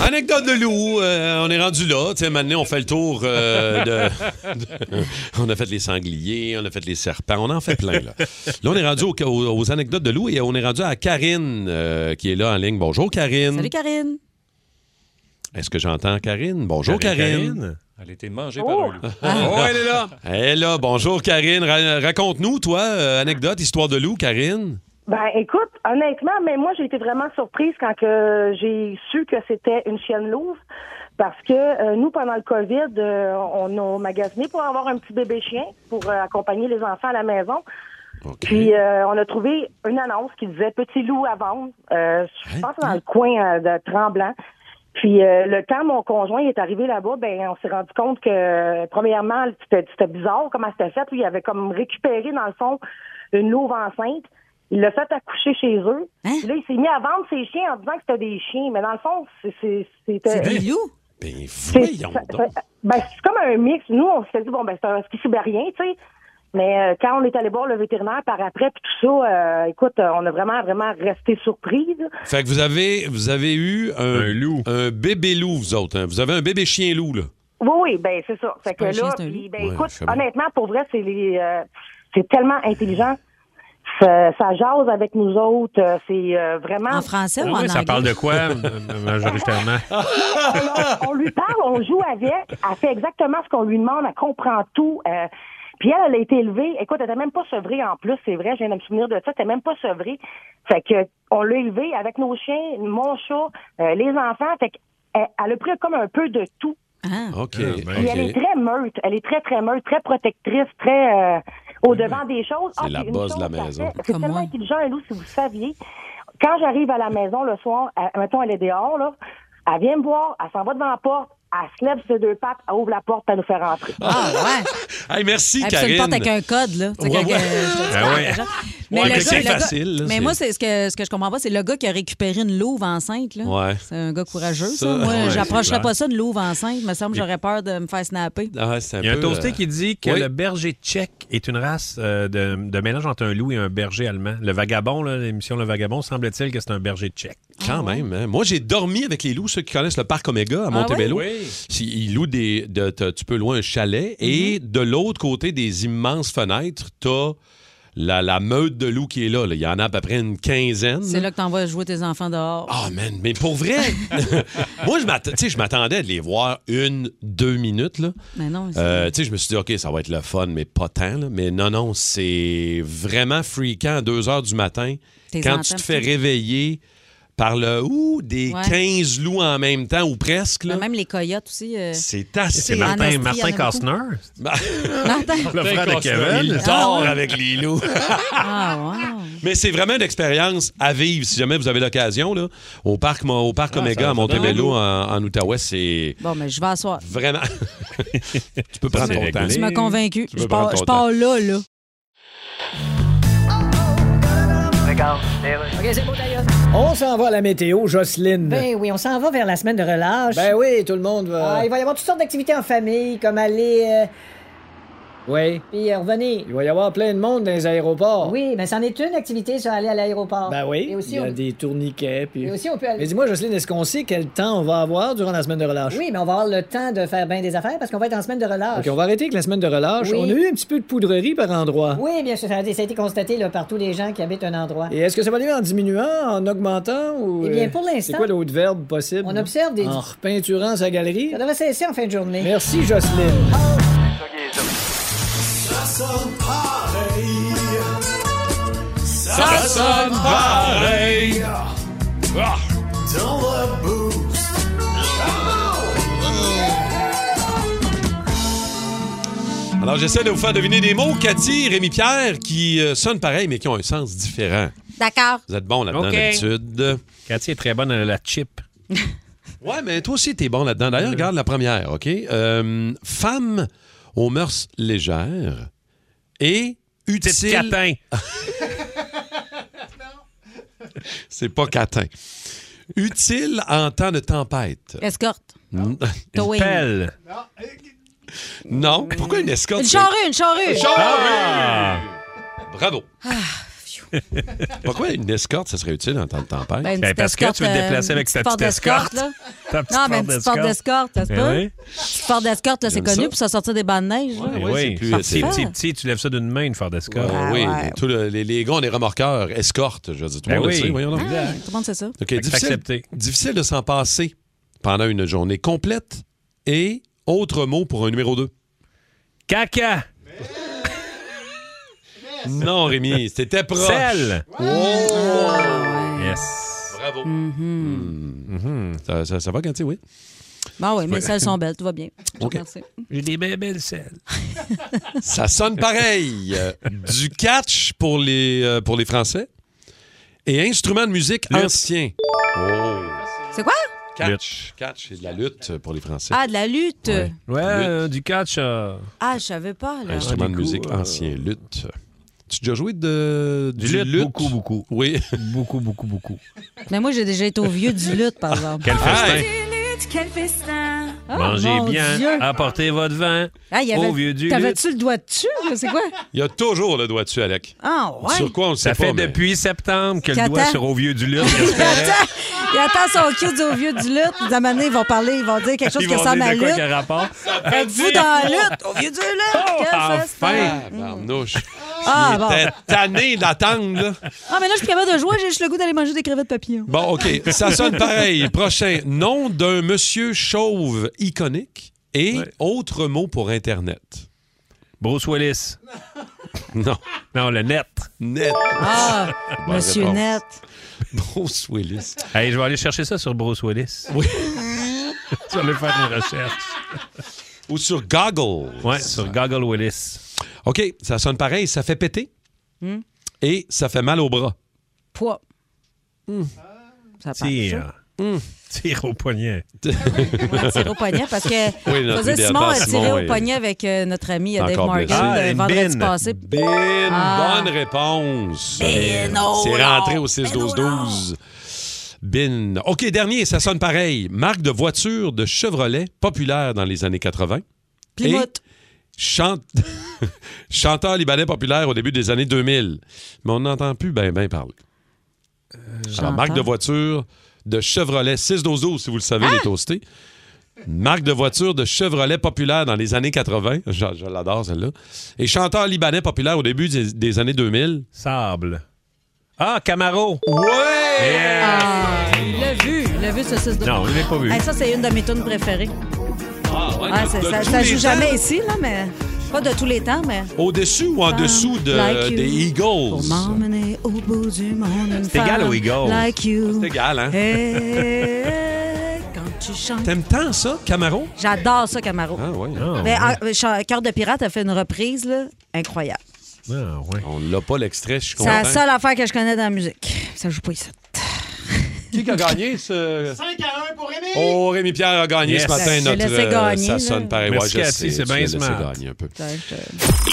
[SPEAKER 1] Anecdote de loup, euh, on est rendu là. Tu sais, maintenant, on fait le tour euh, de, de- On a fait les sangliers, on a fait les serpents, on en fait plein. Là, là on est rendu au- aux, aux anecdotes de loup et on est rendu à Karine euh, qui est là en ligne. Bonjour, Karine.
[SPEAKER 4] Salut, Karine.
[SPEAKER 1] Est-ce que j'entends Karine? Bonjour,
[SPEAKER 5] Karine,
[SPEAKER 1] Karine.
[SPEAKER 5] Elle a été mangée par un loup.
[SPEAKER 1] Oh, elle est <laughs> là. Elle est là. Bonjour, Karine. Ra- Raconte-nous, toi, euh, anecdote, histoire de loup, Karine.
[SPEAKER 21] Ben, écoute, honnêtement, mais moi, j'ai été vraiment surprise quand que j'ai su que c'était une chienne louve. Parce que euh, nous, pendant le COVID, euh, on a magasiné pour avoir un petit bébé chien pour euh, accompagner les enfants à la maison. Puis, euh, on a trouvé une annonce qui disait petit loup à vendre. Euh, je pense dans le coin euh, de Tremblant. Puis euh, le quand mon conjoint est arrivé là-bas, ben on s'est rendu compte que euh, premièrement c'était c'était bizarre comment c'était fait. Lui, il avait comme récupéré dans le fond une louve enceinte. Il l'a fait accoucher chez eux.
[SPEAKER 1] Hein?
[SPEAKER 21] Puis là, il s'est mis à vendre ses chiens en disant que c'était des chiens, mais dans le fond, c'est- c'est- c'était
[SPEAKER 1] C'est des
[SPEAKER 4] loups.
[SPEAKER 1] Ben,
[SPEAKER 21] c'est
[SPEAKER 1] voyons
[SPEAKER 21] ça-
[SPEAKER 1] donc.
[SPEAKER 21] ça- ben, c'est comme un mix. Nous, on s'est dit, bon, ben, c'est un ski sibérien, tu sais. Mais euh, quand on est allé voir le vétérinaire par après, puis tout ça, euh, écoute, euh, on a vraiment, vraiment resté surprise.
[SPEAKER 1] Fait que vous avez, vous avez eu un, loup. Un bébé loup, vous autres. hein. Vous avez un bébé chien loup, là.
[SPEAKER 21] Oui, oui, ben, c'est ça. Fait que
[SPEAKER 1] pas un chien,
[SPEAKER 21] là,
[SPEAKER 1] c'est un loup.
[SPEAKER 21] puis, ben,
[SPEAKER 1] Ouais,
[SPEAKER 21] écoute,
[SPEAKER 1] je sais bien.
[SPEAKER 21] honnêtement, pour vrai, c'est les, euh, c'est tellement intelligent. Ça, ça jase avec nous autres. euh, C'est euh, vraiment. En français
[SPEAKER 3] Ah oui, ça parle de quoi, euh, majoritairement?
[SPEAKER 21] on, on lui parle, on joue avec, elle fait exactement ce qu'on lui demande, elle comprend tout. euh, puis elle, elle a été élevée. Écoute, elle n'était même pas sevrée en plus, c'est vrai, je viens de me souvenir de ça, elle n'était même pas sevrée. Fait que on l'a élevée avec nos chiens, mon chat, euh, les enfants. Fait qu'elle elle a pris comme un peu de tout.
[SPEAKER 1] Ben, OK.
[SPEAKER 21] Puis elle est très meute, elle est très, très meute, très protectrice, très euh, au devant des choses.
[SPEAKER 1] Ben, C'est
[SPEAKER 21] Ah,
[SPEAKER 1] la
[SPEAKER 21] puis une
[SPEAKER 1] base de la
[SPEAKER 21] chose qu'elle
[SPEAKER 1] maison.
[SPEAKER 21] fait, C'est tellement intelligent, un loup, si vous saviez. Quand j'arrive à la maison le soir, elle- mettons, elle est dehors, là, elle vient me voir, elle s'en va devant la porte, elle se lève sur ses deux pattes, elle ouvre la porte, elle nous fait rentrer.
[SPEAKER 4] Ah, ouais.
[SPEAKER 1] <laughs> Hey, merci,
[SPEAKER 4] Elle
[SPEAKER 1] Karine.
[SPEAKER 4] une porte avec un code, là. Tu sais,
[SPEAKER 1] Ouais,
[SPEAKER 4] quand-
[SPEAKER 1] ouais.
[SPEAKER 4] euh, je te dis
[SPEAKER 1] Ah
[SPEAKER 4] pas,
[SPEAKER 1] ouais.
[SPEAKER 4] genre.
[SPEAKER 1] Ouais,
[SPEAKER 4] le
[SPEAKER 1] mais
[SPEAKER 4] gars-
[SPEAKER 1] c'est
[SPEAKER 4] le gars-
[SPEAKER 1] facile, là,
[SPEAKER 4] mais
[SPEAKER 1] c'est-
[SPEAKER 4] moi, c'est ce que, ce que je comprends pas, c'est le gars qui a récupéré une louve enceinte. là.
[SPEAKER 1] Ouais.
[SPEAKER 4] C'est un gars courageux,
[SPEAKER 1] Ça,
[SPEAKER 4] ça. Moi,
[SPEAKER 1] ouais, c'est
[SPEAKER 4] j'approcherais
[SPEAKER 1] clair.
[SPEAKER 4] pas ça de louve enceinte. Me semble que j'aurais peur de me faire snapper.
[SPEAKER 1] Ah, c'est
[SPEAKER 3] Il y a un
[SPEAKER 1] peu,
[SPEAKER 3] toasté
[SPEAKER 1] euh,
[SPEAKER 3] qui dit que
[SPEAKER 1] oui.
[SPEAKER 3] le berger tchèque est une race euh, de, de mélange entre un loup et un berger allemand. Le vagabond, là, l'émission Le Vagabond, semble-t-il que c'est un berger tchèque.
[SPEAKER 1] Quand même. hein. Moi, j'ai dormi avec les loups, ceux qui connaissent le parc Omega à
[SPEAKER 3] Ah
[SPEAKER 1] Montebello.
[SPEAKER 3] ouais? Oui.
[SPEAKER 1] Si- Ils louent des. de- t'as- tu peux louer un chalet et de l'autre côté des immenses fenêtres, t'as la, la meute de loups qui est là, là. Il y en a à peu près une quinzaine.
[SPEAKER 4] C'est là que t'envoies jouer tes enfants dehors.
[SPEAKER 1] Ah, man, mais pour vrai, <laughs> moi, je m'atta- tu sais, je m'attendais à les voir une, deux minutes. Là.
[SPEAKER 4] Mais non, c'est-
[SPEAKER 1] Euh, tu sais, je me suis dit, OK, ça va être le fun, mais pas tant. là. Mais non, non, c'est vraiment freakant à 2 h du matin.
[SPEAKER 4] T'es
[SPEAKER 1] quand
[SPEAKER 4] entends,
[SPEAKER 1] tu te
[SPEAKER 4] puis
[SPEAKER 1] fais
[SPEAKER 4] tout.
[SPEAKER 1] réveiller par le ou des
[SPEAKER 4] Ouais.
[SPEAKER 1] 15 loups en même temps ou presque. là.
[SPEAKER 4] Mais Même les coyotes aussi. euh,
[SPEAKER 1] C'est assez.
[SPEAKER 4] C'est Martin- En Estrie, Martin il y en a
[SPEAKER 3] Costner.
[SPEAKER 4] <laughs> Martin.
[SPEAKER 3] Le frère de Kevin.
[SPEAKER 1] Il
[SPEAKER 4] Ah
[SPEAKER 1] dort
[SPEAKER 4] ouais.
[SPEAKER 1] avec les loups.
[SPEAKER 4] Ah, wow.
[SPEAKER 1] Mais c'est vraiment une expérience à vivre si jamais vous avez l'occasion. là, Au parc, Mo- au parc
[SPEAKER 4] Ah,
[SPEAKER 1] Omega
[SPEAKER 4] ça- ça
[SPEAKER 1] à Montebello
[SPEAKER 4] donne
[SPEAKER 1] en, en Outaouais, c'est.
[SPEAKER 4] Bon, mais je vais asseoir. <laughs>
[SPEAKER 1] Vraiment. tu peux prendre
[SPEAKER 4] Tu
[SPEAKER 1] ton
[SPEAKER 4] m'as-
[SPEAKER 1] temps.
[SPEAKER 4] Tu m'as convaincu.
[SPEAKER 1] Tu peux
[SPEAKER 4] Je
[SPEAKER 1] prendre
[SPEAKER 4] pars, je
[SPEAKER 1] ton
[SPEAKER 4] pars là, là.
[SPEAKER 6] On s'en va à la météo, Jocelyne.
[SPEAKER 7] Ben oui, on s'en va vers la semaine de relâche.
[SPEAKER 6] Ben oui, tout le monde va.
[SPEAKER 7] Ah, il va y avoir toutes sortes d'activités en famille, comme aller. euh,
[SPEAKER 6] Oui.
[SPEAKER 7] puis euh, revenir.
[SPEAKER 6] Il va y avoir plein de monde dans les aéroports.
[SPEAKER 7] Oui, mais c'en est une activité, ça, aller à l'aéroport.
[SPEAKER 6] Oh. Ben oui,
[SPEAKER 7] Et aussi,
[SPEAKER 6] il y a
[SPEAKER 7] on-
[SPEAKER 6] des tourniquets. Puis...
[SPEAKER 7] Et aussi, on peut aller-
[SPEAKER 6] Mais dis-moi, Jocelyne, est-ce qu'on sait quel temps on va avoir durant la semaine de relâche?
[SPEAKER 7] Oui, mais on va avoir le temps de faire bien des affaires parce qu'on va être en semaine de relâche.
[SPEAKER 6] OK, on va arrêter avec la semaine de relâche.
[SPEAKER 7] Ah, Oui.
[SPEAKER 6] On a eu un petit peu de poudrerie par endroit.
[SPEAKER 7] Oui, bien sûr, ça a été ça a été constaté là, par tous les gens qui habitent un endroit.
[SPEAKER 6] Et est-ce que ça va aller en diminuant, en augmentant ou.
[SPEAKER 7] Eh bien,
[SPEAKER 6] euh,
[SPEAKER 7] pour l'instant-
[SPEAKER 6] C'est quoi l'autre verbe possible?
[SPEAKER 7] On observe des-
[SPEAKER 6] En repeinturant sa galerie.
[SPEAKER 7] Ça devrait cesser en fin de journée.
[SPEAKER 6] Merci, Jocelyne.
[SPEAKER 13] Ça sonne pareil. Ça sonne
[SPEAKER 4] Ah,
[SPEAKER 13] <laughs> pareil. Dans le boost.
[SPEAKER 1] Alors, j'essaie de vous faire deviner des mots, Cathy, Rémi Pierre, qui euh, sonnent pareil, mais qui ont un sens différent.
[SPEAKER 4] D'accord.
[SPEAKER 1] Vous êtes bon là-dedans
[SPEAKER 4] OK.
[SPEAKER 1] d'habitude.
[SPEAKER 3] Cathy est très bonne à la chip.
[SPEAKER 1] <laughs> ouais, mais toi aussi, t'es bon là-dedans. D'ailleurs, regarde la première, OK? Euh, femme aux mœurs légères et utile... <laughs>
[SPEAKER 3] catin.
[SPEAKER 1] C'est pas catin. Utile en temps de tempête. <laughs>
[SPEAKER 4] Escorte.
[SPEAKER 1] Non.
[SPEAKER 4] Towing. pelle.
[SPEAKER 1] Non. Pourquoi une escorte?
[SPEAKER 4] Une
[SPEAKER 1] c'est-
[SPEAKER 4] charrue, une charrue.
[SPEAKER 1] Une charrue!
[SPEAKER 3] Ah!
[SPEAKER 1] Bravo.
[SPEAKER 4] Ah,
[SPEAKER 1] <laughs> Pourquoi une escorte, ça serait utile en temps de tempête?
[SPEAKER 4] Ben, une petite
[SPEAKER 3] parce que tu veux te
[SPEAKER 4] escorte, euh,
[SPEAKER 3] déplacer avec
[SPEAKER 4] une
[SPEAKER 3] ta
[SPEAKER 4] porte
[SPEAKER 3] petite escorte.
[SPEAKER 4] d'escorte, là.
[SPEAKER 3] Ta petite
[SPEAKER 4] Non, mais
[SPEAKER 3] porte
[SPEAKER 4] une petite porte
[SPEAKER 3] d'escorte.
[SPEAKER 4] d'escorte, ça se
[SPEAKER 3] Eh
[SPEAKER 4] peut.
[SPEAKER 3] oui.
[SPEAKER 4] Une petite porte d'escorte, là, c'est
[SPEAKER 3] J'aime
[SPEAKER 4] connu
[SPEAKER 3] ça.
[SPEAKER 4] pour se sortir des bancs de neige. là.
[SPEAKER 3] Eh
[SPEAKER 1] c'est
[SPEAKER 3] oui,
[SPEAKER 1] plus-
[SPEAKER 4] Ah,
[SPEAKER 3] petit,
[SPEAKER 1] c'est-
[SPEAKER 3] petit, petit, tu lèves ça d'une main, une faire d'escorte.
[SPEAKER 1] Ah oui, tous le- les, les gars, on est remorqueurs, escorte, je veux dire. Tout le
[SPEAKER 3] Ben
[SPEAKER 1] monde le
[SPEAKER 3] oui.
[SPEAKER 1] sait, voyons donc.
[SPEAKER 4] Ah, tout le monde sait ça.
[SPEAKER 1] OK, difficile, difficile de s'en passer pendant une journée complète. Et autre mot pour un numéro 2.
[SPEAKER 3] Caca.
[SPEAKER 1] <laughs> Non, Rémi, c'était proche.
[SPEAKER 3] Sel.
[SPEAKER 1] Oh!
[SPEAKER 4] Ah,
[SPEAKER 3] Yes.
[SPEAKER 1] Bravo. Mm-hmm. Ça, ça- ça va, Cathy, oui?
[SPEAKER 4] Mm-hmm. Bon, Ah oui,
[SPEAKER 1] Ouais.
[SPEAKER 4] mes selles sont belles, tout va bien. Je te
[SPEAKER 1] OK.
[SPEAKER 4] remercie.
[SPEAKER 3] J'ai des belles, belles selles.
[SPEAKER 1] Ça sonne pareil. Euh, du catch pour les, euh, pour les Français et instrument de musique ancien. Oh.
[SPEAKER 4] C'est quoi?
[SPEAKER 1] Catch. Catch, c'est de la lutte pour les Français.
[SPEAKER 4] Ah, de la lutte.
[SPEAKER 1] Ouais.
[SPEAKER 3] Ouais, euh, du catch. euh,
[SPEAKER 4] Ah, je savais pas, là.
[SPEAKER 1] Instrument
[SPEAKER 3] Ah,
[SPEAKER 1] de musique ancien, lutte. Tu as déjà joué de, du, lutte? Beaucoup,
[SPEAKER 3] beaucoup.
[SPEAKER 1] Oui.
[SPEAKER 3] Beaucoup, beaucoup,
[SPEAKER 4] <laughs>
[SPEAKER 3] beaucoup.
[SPEAKER 4] Mais moi, j'ai déjà été au vieux du lutte, par exemple.
[SPEAKER 3] Quel festin. Hey.
[SPEAKER 4] Quel festin!
[SPEAKER 3] Mangez bien,
[SPEAKER 4] Oh, Dieu.
[SPEAKER 3] apportez votre vin
[SPEAKER 4] Ah, il y avait-
[SPEAKER 3] au vieux du lutte.
[SPEAKER 4] T'avais-tu le doigt dessus? là? C'est quoi?
[SPEAKER 1] Il y a toujours le doigt dessus, Alec.
[SPEAKER 4] Ah, ouais.
[SPEAKER 1] Sur quoi on le sait
[SPEAKER 3] Ça
[SPEAKER 1] pas,
[SPEAKER 3] fait
[SPEAKER 1] mais-
[SPEAKER 3] depuis septembre que le
[SPEAKER 4] Quatre
[SPEAKER 3] doigt
[SPEAKER 4] ans.
[SPEAKER 3] sur au vieux du
[SPEAKER 4] <laughs>
[SPEAKER 3] lutte.
[SPEAKER 4] Il attend son cue du au vieux du lutte. Ils amener, ils vont parler, ils vont dire quelque chose qui ressemble à
[SPEAKER 3] de quoi qu'il y
[SPEAKER 4] lutte.
[SPEAKER 3] a rapport.
[SPEAKER 4] Êtes-vous dans la lutte? Au vieux du lutte!
[SPEAKER 3] Oh,
[SPEAKER 4] Quel festin!
[SPEAKER 1] Enfin! Barnouche.
[SPEAKER 4] Ah,
[SPEAKER 1] Il
[SPEAKER 4] bon.
[SPEAKER 1] était tanné d'attendre, là.
[SPEAKER 4] Ah, mais là, je suis plus capable de jouer, j'ai juste le goût d'aller manger des crevettes papillons.
[SPEAKER 1] Bon, OK. Ça sonne pareil. Prochain. Nom d'un monsieur chauve iconique et autre mot pour Internet.
[SPEAKER 3] Bruce Willis.
[SPEAKER 1] Non.
[SPEAKER 3] Non, le net.
[SPEAKER 1] Net.
[SPEAKER 4] Ah,
[SPEAKER 3] Bonne
[SPEAKER 4] Monsieur
[SPEAKER 3] réponse.
[SPEAKER 4] Net.
[SPEAKER 1] Bruce Willis.
[SPEAKER 3] Hey, je vais aller chercher ça sur Bruce Willis.
[SPEAKER 1] Oui.
[SPEAKER 3] je vais aller faire une recherche.
[SPEAKER 1] Ou sur Goggle.
[SPEAKER 3] Ouais, sur Goggle Willis.
[SPEAKER 1] OK. Ça sonne pareil. Ça fait péter
[SPEAKER 4] Hmm.
[SPEAKER 1] et ça fait mal au bras.
[SPEAKER 4] Poids. Ça part.
[SPEAKER 3] Tire.
[SPEAKER 1] Hmm.
[SPEAKER 3] Tire au poignet.
[SPEAKER 4] Ah Ouais, tirer au poignet
[SPEAKER 1] <laughs>
[SPEAKER 4] parce que
[SPEAKER 3] Oui, notre
[SPEAKER 4] faisait
[SPEAKER 3] idéal
[SPEAKER 4] Simon
[SPEAKER 3] temps,
[SPEAKER 4] a tiré
[SPEAKER 3] Simon
[SPEAKER 4] au
[SPEAKER 3] est-
[SPEAKER 4] poignet avec euh, notre ami euh, Dave
[SPEAKER 1] Encore
[SPEAKER 4] Morgan
[SPEAKER 1] blessé.
[SPEAKER 4] euh,
[SPEAKER 1] Ah, une
[SPEAKER 4] vendredi
[SPEAKER 1] bine.
[SPEAKER 4] passé.
[SPEAKER 1] Bin,
[SPEAKER 4] Ah.
[SPEAKER 1] bonne réponse.
[SPEAKER 4] Bin, oh
[SPEAKER 1] C'est
[SPEAKER 4] là,
[SPEAKER 1] rentré au 6-12-12. Bin. OK, dernier, ça sonne pareil. Marque de voiture de Chevrolet, populaire dans les années 80.
[SPEAKER 4] Plymouth.
[SPEAKER 1] Et chante- <laughs> Chanteur libanais populaire au début des années 2000. Mais on n'entend plus ben ben parler.
[SPEAKER 4] Euh,
[SPEAKER 1] Alors, marque de voiture de Chevrolet 6-12-12, si vous le savez,
[SPEAKER 4] Ah!
[SPEAKER 1] les toastés. Marque de voiture de Chevrolet populaire dans les années 80. Je, je l'adore, celle-là. Et chanteur libanais populaire au début des, des années 2000.
[SPEAKER 3] Sable. Ah, Camaro.
[SPEAKER 1] Ouais!
[SPEAKER 4] Ah, il l'a vu, il l'a vu ce 6
[SPEAKER 3] Non, je l'ai pas vu.
[SPEAKER 4] Hey, ça, c'est une de mes tunes préférées.
[SPEAKER 1] Ah,
[SPEAKER 4] Ouais, c'est- ça ça joue jamais ici, là, mais pas de tous les temps, mais.
[SPEAKER 1] Au-dessus ou en
[SPEAKER 4] Femme
[SPEAKER 1] dessous de-
[SPEAKER 4] like you.
[SPEAKER 1] des
[SPEAKER 4] Pour
[SPEAKER 1] Eagles?
[SPEAKER 4] m'emmener au bout du monde. une
[SPEAKER 1] C'est égal
[SPEAKER 4] femme
[SPEAKER 1] aux Eagles.
[SPEAKER 4] Like you. Eh.
[SPEAKER 1] C'est égal, hein? <laughs>
[SPEAKER 4] Hey, quand tu chantes.
[SPEAKER 1] T'aimes tant ça, Camaro?
[SPEAKER 4] J'adore ça, Camaro.
[SPEAKER 1] Ah, ouais.
[SPEAKER 4] Mais, ah, Ch- Cœur de pirate a fait une reprise là, incroyable.
[SPEAKER 1] Ah, On l'a pas l'extrait, je suis
[SPEAKER 4] C'est
[SPEAKER 1] content.
[SPEAKER 4] la seule affaire que je connais dans la musique. Ça joue pas ici.
[SPEAKER 1] Qui a gagné ce.
[SPEAKER 13] 5 à 1 pour Rémi.
[SPEAKER 1] Oh, Rémi Pierre a gagné
[SPEAKER 3] Yes.
[SPEAKER 1] ce matin
[SPEAKER 3] Je
[SPEAKER 1] notre.
[SPEAKER 3] l'ai laissé
[SPEAKER 1] euh,
[SPEAKER 3] gagner,
[SPEAKER 1] ça
[SPEAKER 3] là.
[SPEAKER 1] sonne pareil.
[SPEAKER 3] Merci,
[SPEAKER 1] ouais, je
[SPEAKER 3] Cathy,
[SPEAKER 1] sais,
[SPEAKER 3] c'est
[SPEAKER 1] tu l'as
[SPEAKER 3] bien
[SPEAKER 1] laissé
[SPEAKER 3] smart.
[SPEAKER 1] gagner un peu.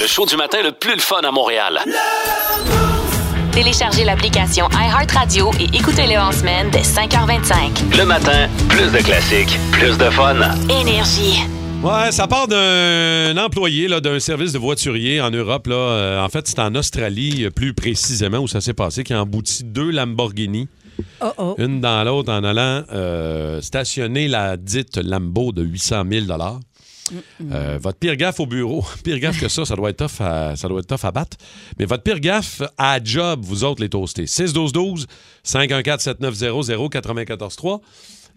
[SPEAKER 2] Le show du matin le plus le fun à Montréal.
[SPEAKER 10] Téléchargez l'application iHeartRadio et écoutez-le en semaine dès 5h25.
[SPEAKER 2] Le matin, plus de classiques, plus de fun.
[SPEAKER 10] Énergie.
[SPEAKER 1] Ouais, ça part d'un employé là, d'un service de voiturier en Europe. Là. Euh, en fait, c'est en Australie, euh, plus précisément, où ça s'est passé, qui a embouti deux Lamborghini,
[SPEAKER 4] Oh oh.
[SPEAKER 1] une dans l'autre, en allant euh, stationner la dite Lambo de 800 000 Euh, votre pire gaffe au bureau, <laughs> pire gaffe que ça, ça doit être tough à, ça doit être tough à battre. Mais votre pire gaffe à job, vous autres les toastés. 6-12-12, 514-7900-943.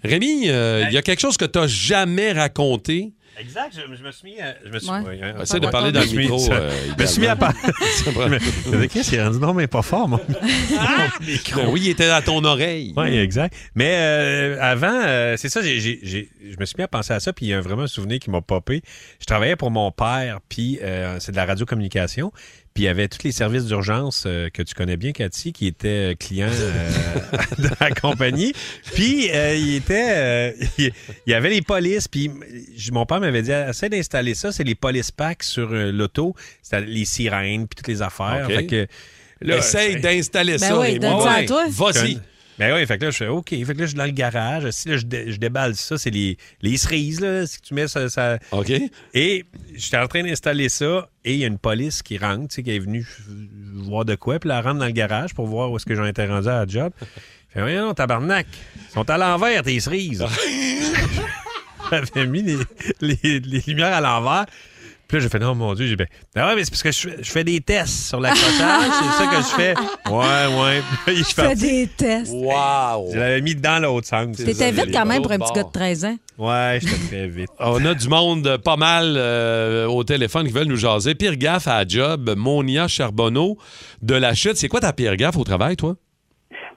[SPEAKER 1] Rémi, euh, il y a quelque chose que tu n'as jamais raconté
[SPEAKER 3] Exact, je, je me suis mis. à- Je me suis,
[SPEAKER 1] Ouais.
[SPEAKER 3] oui, hein,
[SPEAKER 1] Essaie de parler dans le
[SPEAKER 3] Je me suis-
[SPEAKER 1] micro, euh,
[SPEAKER 3] je me suis mis à parler.
[SPEAKER 1] idéalement.
[SPEAKER 3] Je me disais, Qu'est-ce qu'il a rendu? Non, mais pas fort, moi.
[SPEAKER 1] Ben oui, il était à ton oreille.
[SPEAKER 3] Oui, exact. Mais euh, avant, euh, c'est ça, j'ai- j'ai- j'ai- je me suis mis à penser à ça, puis il y a un- vraiment un souvenir qui m'a popé. Je travaillais pour mon père, puis euh, c'est de la radiocommunication, puis il y avait tous les services d'urgence euh, que tu connais bien, Cathy, qui était client euh, <laughs> de la compagnie. Puis euh, il était, euh, <laughs> il il y avait les polices, puis j- mon père m'avait dit, essaie d'installer ça, c'est les police packs sur euh, l'auto, c'est les sirènes, puis toutes les affaires.
[SPEAKER 1] OK.
[SPEAKER 3] Fait que,
[SPEAKER 1] Là, essaye
[SPEAKER 3] c'est-
[SPEAKER 1] d'installer Ben ça, oui, les- donne Ouais, ça à ouais. toi. Vas-y.
[SPEAKER 3] ben oui, fait que là, je fais OK. Fait que là, je suis dans le garage. Si là, je, dé- je déballe ça, c'est les, les cerises, là, si tu mets ça, ça- Et j'étais en train d'installer ça, et il y a une police qui rentre, tu sais, qui est venue voir de quoi, puis là, elle rentre dans le garage pour voir où est-ce que j'en étais rendu à la job. Je fais, voyons, non, tabarnak, ils sont à l'envers, tes
[SPEAKER 1] <laughs>
[SPEAKER 3] cerises. J'avais mis les, les- les lumières à l'envers. Puis là, j'ai fait, non, mon Dieu, j'ai fait, ah ouais, mais c'est parce que je, fais- je fais des
[SPEAKER 1] <laughs>
[SPEAKER 3] tests sur l'accrochage, c'est ça que je fais.
[SPEAKER 4] Ah,
[SPEAKER 3] Ouais, ouais. <laughs> Puis je suis
[SPEAKER 4] Fais
[SPEAKER 3] parti.
[SPEAKER 4] des tests.
[SPEAKER 1] Wow!
[SPEAKER 3] Je l'avais mis dans l'autre sens.
[SPEAKER 4] T'étais vite quand même pour un petit gars de 13 ans.
[SPEAKER 3] Ouais, j'étais très vite.
[SPEAKER 1] <laughs> On a du monde euh, pas mal euh, au téléphone qui veulent nous jaser. Pire gaffe à la job, Monia Charbonneau de la chute. C'est quoi ta pire gaffe au travail, toi?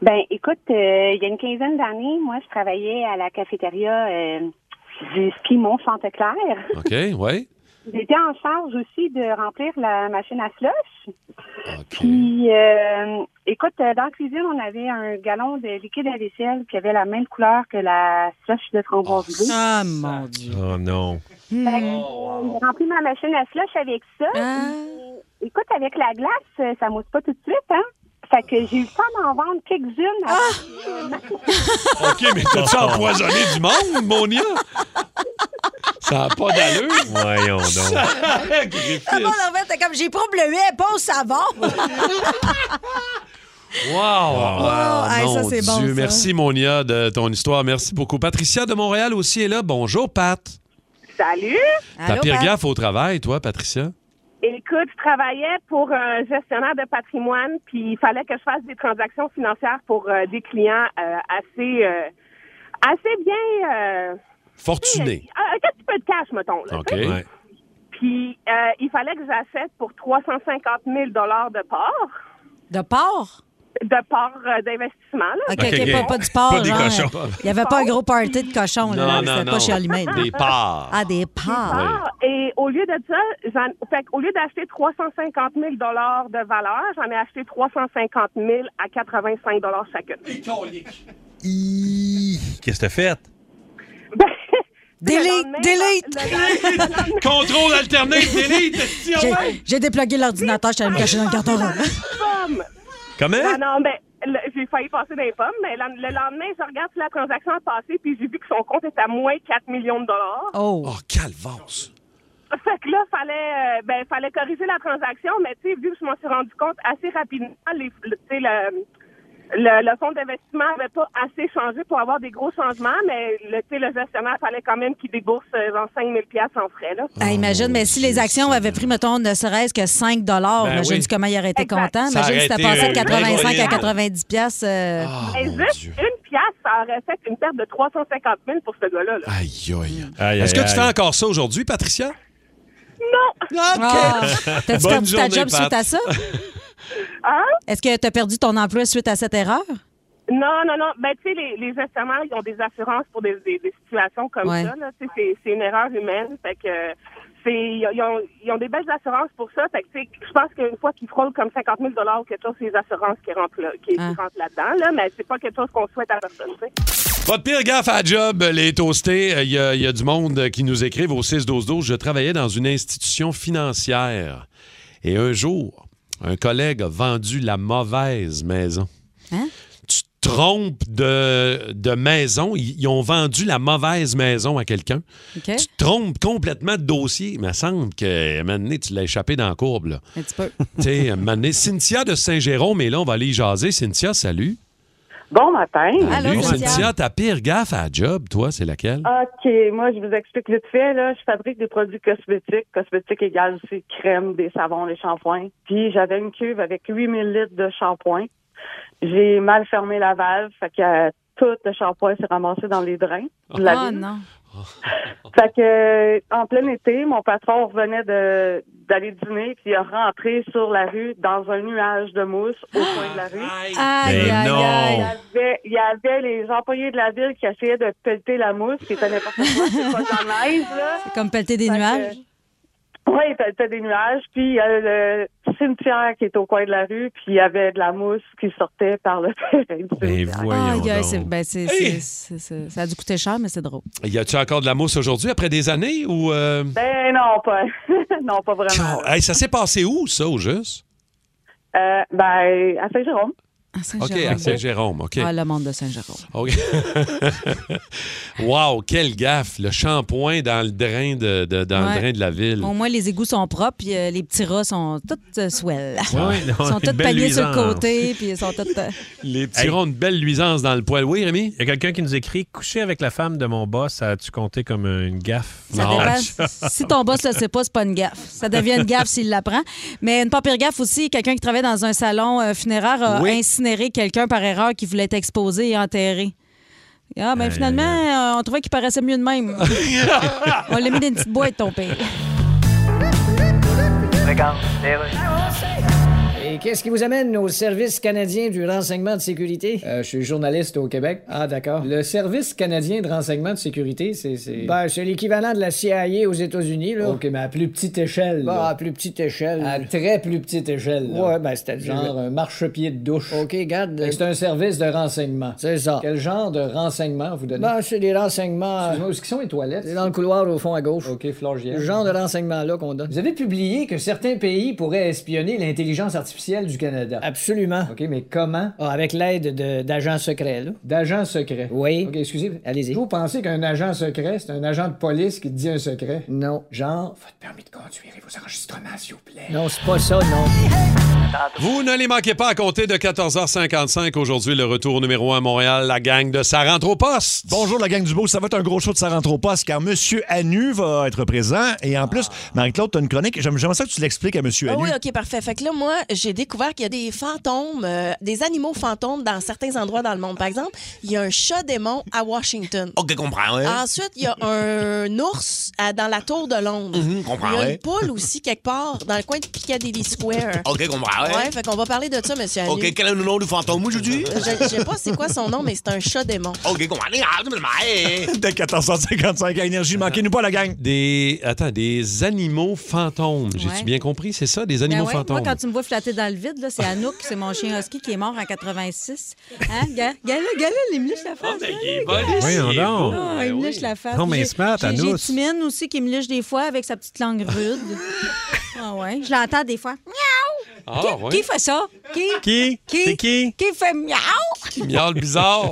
[SPEAKER 17] Ben, écoute, euh, il y a une quinzaine d'années, moi, je travaillais à la cafétéria euh, du ski Mont-Chanteclair.
[SPEAKER 1] OK, oui.
[SPEAKER 17] <laughs> J'étais en charge aussi de remplir la machine à slush. Puis, euh, écoute, euh, dans la cuisine, on avait un gallon de liquide à vaisselle qui avait la même couleur que la slush de trombone bleue.
[SPEAKER 4] Ah, mon Dieu.
[SPEAKER 3] Oh non.
[SPEAKER 17] Fait que, euh, J'ai rempli ma machine à slush avec ça. Puis, Écoute, avec la glace, euh, ça mousse pas tout de suite, hein? Fait que j'ai eu le temps d'en vendre quelques-unes. avant-
[SPEAKER 1] <laughs> <laughs> OK, mais t'as-tu empoisonné du monde, Monia? Ça n'a pas <laughs> d'allure.
[SPEAKER 3] Voyons
[SPEAKER 4] Ah bon, en fait, t'es comme, j'ai pas bleué, pas au savon.
[SPEAKER 1] Wow! Oh, Wow,
[SPEAKER 4] hey,
[SPEAKER 1] mon
[SPEAKER 4] ça, c'est bon,
[SPEAKER 1] Dieu.
[SPEAKER 4] ça.
[SPEAKER 1] Merci, Monia, de ton histoire. Merci beaucoup. Patricia de Montréal aussi est là. Bonjour, Pat.
[SPEAKER 16] Salut!
[SPEAKER 1] Ta pire gaffe au travail, toi, Patricia?
[SPEAKER 16] Écoute, je travaillais pour un gestionnaire de patrimoine, puis il fallait que je fasse des transactions financières pour euh, des clients euh, assez, euh, assez bien. euh,
[SPEAKER 1] Fortuné.
[SPEAKER 16] un un petit peu de cash, mettons. là,
[SPEAKER 1] OK.
[SPEAKER 16] tu sais. Puis euh, il fallait que j'achète pour 350 000 de porc.
[SPEAKER 4] De porc?
[SPEAKER 16] De porc euh, d'investissement. là.
[SPEAKER 4] OK, OK, Pas, pas du porc.
[SPEAKER 16] Pas des
[SPEAKER 4] genre,
[SPEAKER 16] cochons.
[SPEAKER 4] euh, Il n'y avait pas un gros party de cochons.
[SPEAKER 16] Non, non,
[SPEAKER 4] là. C'était
[SPEAKER 16] non.
[SPEAKER 4] pas chez Alimède.
[SPEAKER 16] Des porcs.
[SPEAKER 4] Ah, des porcs.
[SPEAKER 16] Ah, Et au lieu de ça, j'en- fait qu'au lieu d'acheter 350 000 de valeur, j'en ai acheté 350 000 à 85 chacune.
[SPEAKER 3] Qu'est-ce que t'as fait?
[SPEAKER 4] Delete,
[SPEAKER 1] <laughs>
[SPEAKER 4] delete.
[SPEAKER 1] Contrôle alterné, delete. si on
[SPEAKER 4] J'ai-
[SPEAKER 1] veut.
[SPEAKER 4] J'ai déplogué l'ordinateur, je suis allée me cacher dans le carton.
[SPEAKER 1] Ah
[SPEAKER 16] Pomme!
[SPEAKER 3] Comment?
[SPEAKER 16] Non, non, ben, le- j'ai failli passer dans les pommes, mais le, le lendemain, je regarde si la transaction a passé, puis j'ai vu que son compte est à moins 4 millions de dollars.
[SPEAKER 4] Oh!
[SPEAKER 1] calvance!
[SPEAKER 16] Fait que là, fallait, euh, ben, fallait corriger la transaction, mais tu sais, vu que je m'en suis rendu compte assez rapidement, les, le, tu sais, le, le, le fonds d'investissement avait pas assez changé pour avoir des gros changements, mais le, tu sais, le gestionnaire fallait quand même qu'il débourse euh, genre 5 000 en frais, là.
[SPEAKER 4] Ah, imagine, mais si les actions avaient pris, mettons, ne serait-ce que 5 dollars,
[SPEAKER 16] Ben
[SPEAKER 4] imagine
[SPEAKER 16] oui.
[SPEAKER 4] comment il aurait été content.
[SPEAKER 16] Ça
[SPEAKER 4] Imagine
[SPEAKER 16] aurait
[SPEAKER 4] si t'as
[SPEAKER 16] été
[SPEAKER 4] passé
[SPEAKER 1] euh,
[SPEAKER 4] de
[SPEAKER 16] une
[SPEAKER 4] 85 à
[SPEAKER 16] révolte.
[SPEAKER 4] 90 piastres. euh,
[SPEAKER 1] Ah.
[SPEAKER 16] Mais juste une pièce, ça aurait fait une perte de 350 000 pour ce gars-là. là.
[SPEAKER 1] Aïe, aïe.
[SPEAKER 3] Aïe,
[SPEAKER 1] Est-ce que
[SPEAKER 3] aïe,
[SPEAKER 1] tu fais
[SPEAKER 3] aïe.
[SPEAKER 1] encore ça aujourd'hui, Patricia?
[SPEAKER 16] Non!
[SPEAKER 4] Ah. T'as-tu
[SPEAKER 1] Bonne
[SPEAKER 4] perdu ta
[SPEAKER 1] journée,
[SPEAKER 4] job
[SPEAKER 1] Pat.
[SPEAKER 4] suite à ça?
[SPEAKER 22] Hein?
[SPEAKER 4] Est-ce que t'as perdu ton emploi suite à cette erreur?
[SPEAKER 16] Non, non, non. Ben, tu sais, les, les gestionnaires, ils ont des assurances pour des, des- des situations comme
[SPEAKER 4] Ouais.
[SPEAKER 16] ça. Là. Tu sais, C'est, c'est une erreur humaine. Fait que euh, c'est, ils, ils ont, ils ont des belles assurances pour ça. Fait que, tu sais, je pense qu'une fois qu'ils frôlent comme 50 000 ou quelque chose, c'est les assurances qui rentrent, là, qui, qui
[SPEAKER 4] Ah.
[SPEAKER 16] rentrent là-dedans. Là, mais c'est pas quelque chose qu'on souhaite à personne, tu sais.
[SPEAKER 1] Votre pire gaffe à la job, euh, les toastés, il y, a- il y a du monde euh, qui nous écrivent au 6-12-12. Je travaillais dans une institution financière et un jour, un collègue a vendu la mauvaise maison. Tu te trompes de, de maison. Ils, ils ont vendu la mauvaise maison à quelqu'un.
[SPEAKER 4] OK.
[SPEAKER 1] Tu te trompes complètement de dossier. Il me semble que, à un moment donné, tu l'as échappé dans la courbe. Là.
[SPEAKER 4] Un petit peu.
[SPEAKER 1] Tu sais, à un moment donné, Cynthia de Saint-Jérôme, et là, on va aller y jaser. Cynthia, salut.
[SPEAKER 22] Bon matin.
[SPEAKER 1] Salut, Cynthia, ta pire gaffe à la job, toi, c'est laquelle?
[SPEAKER 22] OK, moi, je vous explique vite fait. Là, je fabrique des produits cosmétiques. Cosmétiques égale, c'est crème, des savons, des shampoings. Puis, j'avais une cuve avec 8000 litres de shampoing. J'ai mal fermé la valve, fait que euh, tout le shampoing s'est ramassé dans les drains.
[SPEAKER 4] Ah non.
[SPEAKER 22] Fait que, euh, en plein été, mon patron revenait de- d'aller dîner, puis il a rentré sur la rue dans un nuage de mousse au coin de la rue.
[SPEAKER 13] Mais aïe, aïe, non. aïe.
[SPEAKER 22] Il y, avait, il y avait les employés de la ville qui essayaient de pelleter la mousse, qui était n'importe quoi, c'est pas de la neige, là.
[SPEAKER 4] C'est comme pelleter des nuages.
[SPEAKER 22] Oui, t'as, t'as des nuages, puis il y a le cimetière qui est au coin de la rue, puis il y avait de la mousse qui sortait par le <laughs> terrain du
[SPEAKER 1] Mais
[SPEAKER 4] Ah,
[SPEAKER 1] voyons
[SPEAKER 4] yeah,
[SPEAKER 1] donc.
[SPEAKER 4] c'est- ben, c'est- c'est- c'est- c'est- ça a dû coûter cher, mais c'est drôle.
[SPEAKER 1] Y a-tu encore de la mousse aujourd'hui, après des années? ou euh,
[SPEAKER 22] Ben non, pas, non, pas vraiment.
[SPEAKER 1] Hey, Ça s'est passé où, ça, au juste?
[SPEAKER 22] Euh, ben, à Saint-Jérôme.
[SPEAKER 1] OK, à Saint-Jérôme, <laughs> OK.
[SPEAKER 4] Ah, le monde de Saint-Jérôme.
[SPEAKER 1] OK. <laughs> wow, quelle gaffe! Le shampoing dans le drain de, de- dans
[SPEAKER 4] Ouais.
[SPEAKER 1] le drain de la ville.
[SPEAKER 4] Au moins, les égouts sont propres, puis euh, les petits rats sont tous euh, swell.
[SPEAKER 1] Ouais,
[SPEAKER 4] <laughs>
[SPEAKER 1] non,
[SPEAKER 4] ils sont
[SPEAKER 1] une
[SPEAKER 4] tous
[SPEAKER 1] belle
[SPEAKER 4] paniers sur le
[SPEAKER 1] luisance.
[SPEAKER 4] côté, puis ils sont tous. euh,
[SPEAKER 1] Les petits ronds de belle luisance dans le poêle. Oui, Rémi?
[SPEAKER 3] Il y a quelqu'un qui nous écrit Coucher avec la femme de mon boss, ça a-tu compté comme une gaffe
[SPEAKER 4] Ça
[SPEAKER 3] <laughs>
[SPEAKER 4] dépend. Si ton boss le sait pas, c'est pas une gaffe. Ça devient une gaffe s'il l'apprend. Mais une pas pire gaffe aussi, quelqu'un qui travaille dans un salon euh, funéraire a
[SPEAKER 13] Oui.
[SPEAKER 4] incinéré quelqu'un par erreur qui voulait être exposé et enterré. Ah, ben
[SPEAKER 13] Aïe,
[SPEAKER 4] finalement, euh, on trouvait qu'il paraissait mieux
[SPEAKER 1] <laughs>
[SPEAKER 4] de même. on l'a mis dans une petite boîte, ton père.
[SPEAKER 7] Et qu'est-ce qui vous amène au Service canadien du renseignement de sécurité?
[SPEAKER 6] Euh,
[SPEAKER 7] je suis journaliste au Québec. Ah, d'accord. Le Service canadien de renseignement de sécurité, c'est... Ben, c'est l'équivalent de la CIA aux États-Unis, là.
[SPEAKER 6] OK, mais à plus petite échelle.
[SPEAKER 7] Bah,
[SPEAKER 6] là.
[SPEAKER 7] à plus petite échelle.
[SPEAKER 6] À très plus petite échelle. là.
[SPEAKER 7] Ouais, ben, c'est-à-dire-
[SPEAKER 6] Genre un marchepied de douche.
[SPEAKER 7] OK, garde.
[SPEAKER 6] Fait que C'est un service de renseignement. C'est ça. Quel genre de renseignement vous donnez?
[SPEAKER 7] Ben, c'est des renseignements...
[SPEAKER 6] Excuse-moi, où est-ce qu'ils sont les toilettes?
[SPEAKER 7] C'est dans le couloir au fond à gauche.
[SPEAKER 6] OK, Florgière.
[SPEAKER 7] Le genre de renseignements-là qu'on donne.
[SPEAKER 6] Vous avez publié que certains pays pourraient espionner l'intelligence artificielle du Canada. Absolument. OK, mais comment?
[SPEAKER 7] Ah, avec l'aide de- d'agents secrets, là.
[SPEAKER 6] D'agents secrets.
[SPEAKER 7] Oui.
[SPEAKER 6] OK, excusez.
[SPEAKER 7] Allez-y.
[SPEAKER 6] Vous pensez qu'un agent secret, c'est un agent de police qui te dit un secret?
[SPEAKER 7] Non.
[SPEAKER 6] Genre, votre permis de conduire et vos enregistrements, s'il vous plaît.
[SPEAKER 7] Non, c'est pas ça, non.
[SPEAKER 1] Vous ne les manquez pas à compter de 14h55 aujourd'hui, le retour numéro 1 à Montréal, la gang de Ça rentre au poste.
[SPEAKER 8] Bonjour la gang du beau, ça va être un gros show de ça rentre au poste car Monsieur Anu va être présent et en plus Marie-Claude t'as une chronique, J'aime- j'aimerais ça que tu l'expliques à Monsieur
[SPEAKER 9] Ah
[SPEAKER 8] Anu.
[SPEAKER 9] oui, OK, parfait. Fait que là, moi, j'ai découvert qu'il y a des fantômes, euh, des animaux fantômes dans certains endroits dans le monde. Par exemple, il y a un chat démon à Washington.
[SPEAKER 8] OK, comprends.
[SPEAKER 4] Ah,
[SPEAKER 9] Ensuite, il y a un ours à- dans la tour de Londres.
[SPEAKER 8] Mhm, comprends,
[SPEAKER 9] il y a
[SPEAKER 8] ouais.
[SPEAKER 9] une poule aussi quelque part dans le coin de Piccadilly Square.
[SPEAKER 8] <laughs> OK, comprends, ouais.
[SPEAKER 9] Ouais, fait qu'on va parler de ça, monsieur Anu.
[SPEAKER 8] quel est le nom du fantôme aujourd'hui?
[SPEAKER 9] Je je sais pas c'est quoi son nom, mais c'est un chat démon.
[SPEAKER 8] <laughs> OK, comprends. Oh, <laughs> Eh, De 14h55 à Énergie, manquez-nous pas la gang.
[SPEAKER 1] Des, attends, des animaux fantômes.
[SPEAKER 4] Ouais.
[SPEAKER 1] J'ai-tu bien compris? C'est ça, des animaux
[SPEAKER 4] Ben ouais,
[SPEAKER 1] fantômes?
[SPEAKER 4] Moi, quand tu me vois flatter dans le vide, là, c'est Anouk, c'est mon chien husky qui est mort en 86. Hein? Gars, gars, là, gars, là, il me lèche la face. là, là, gars.
[SPEAKER 3] Voyons donc.
[SPEAKER 4] Ah, il me lèche la face.
[SPEAKER 3] Non, mais
[SPEAKER 4] J'ai-
[SPEAKER 3] il se met à
[SPEAKER 4] j'ai- J'ai
[SPEAKER 3] Thanos.
[SPEAKER 4] Timine aussi qui me lèche des fois avec sa petite langue rude. ah ouais, je l'entends des fois. Miaou!
[SPEAKER 1] Ah,
[SPEAKER 4] qui,
[SPEAKER 1] ouais.
[SPEAKER 4] qui fait ça? Qui?
[SPEAKER 3] Qui?
[SPEAKER 4] Qui?
[SPEAKER 3] C'est qui?
[SPEAKER 4] Qui fait miaou?
[SPEAKER 1] Qui miaule
[SPEAKER 4] <laughs>
[SPEAKER 1] bizarre.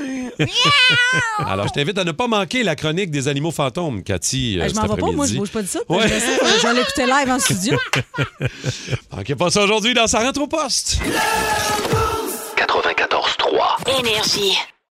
[SPEAKER 3] Euh,
[SPEAKER 1] Alors, je t'invite à ne pas manquer la chronique des animaux fantômes, Cathy,
[SPEAKER 4] Ah,
[SPEAKER 1] euh,
[SPEAKER 4] je
[SPEAKER 1] cet
[SPEAKER 4] m'en vais pas,
[SPEAKER 1] après-midi.
[SPEAKER 4] moi, je bouge pas de ça.
[SPEAKER 1] Ouais.
[SPEAKER 4] Je vais essayer- je vais l'écouter live en studio.
[SPEAKER 1] <laughs> Manquez pas ça aujourd'hui dans Sa rentre au poste.
[SPEAKER 2] 94.3.
[SPEAKER 10] Énergie.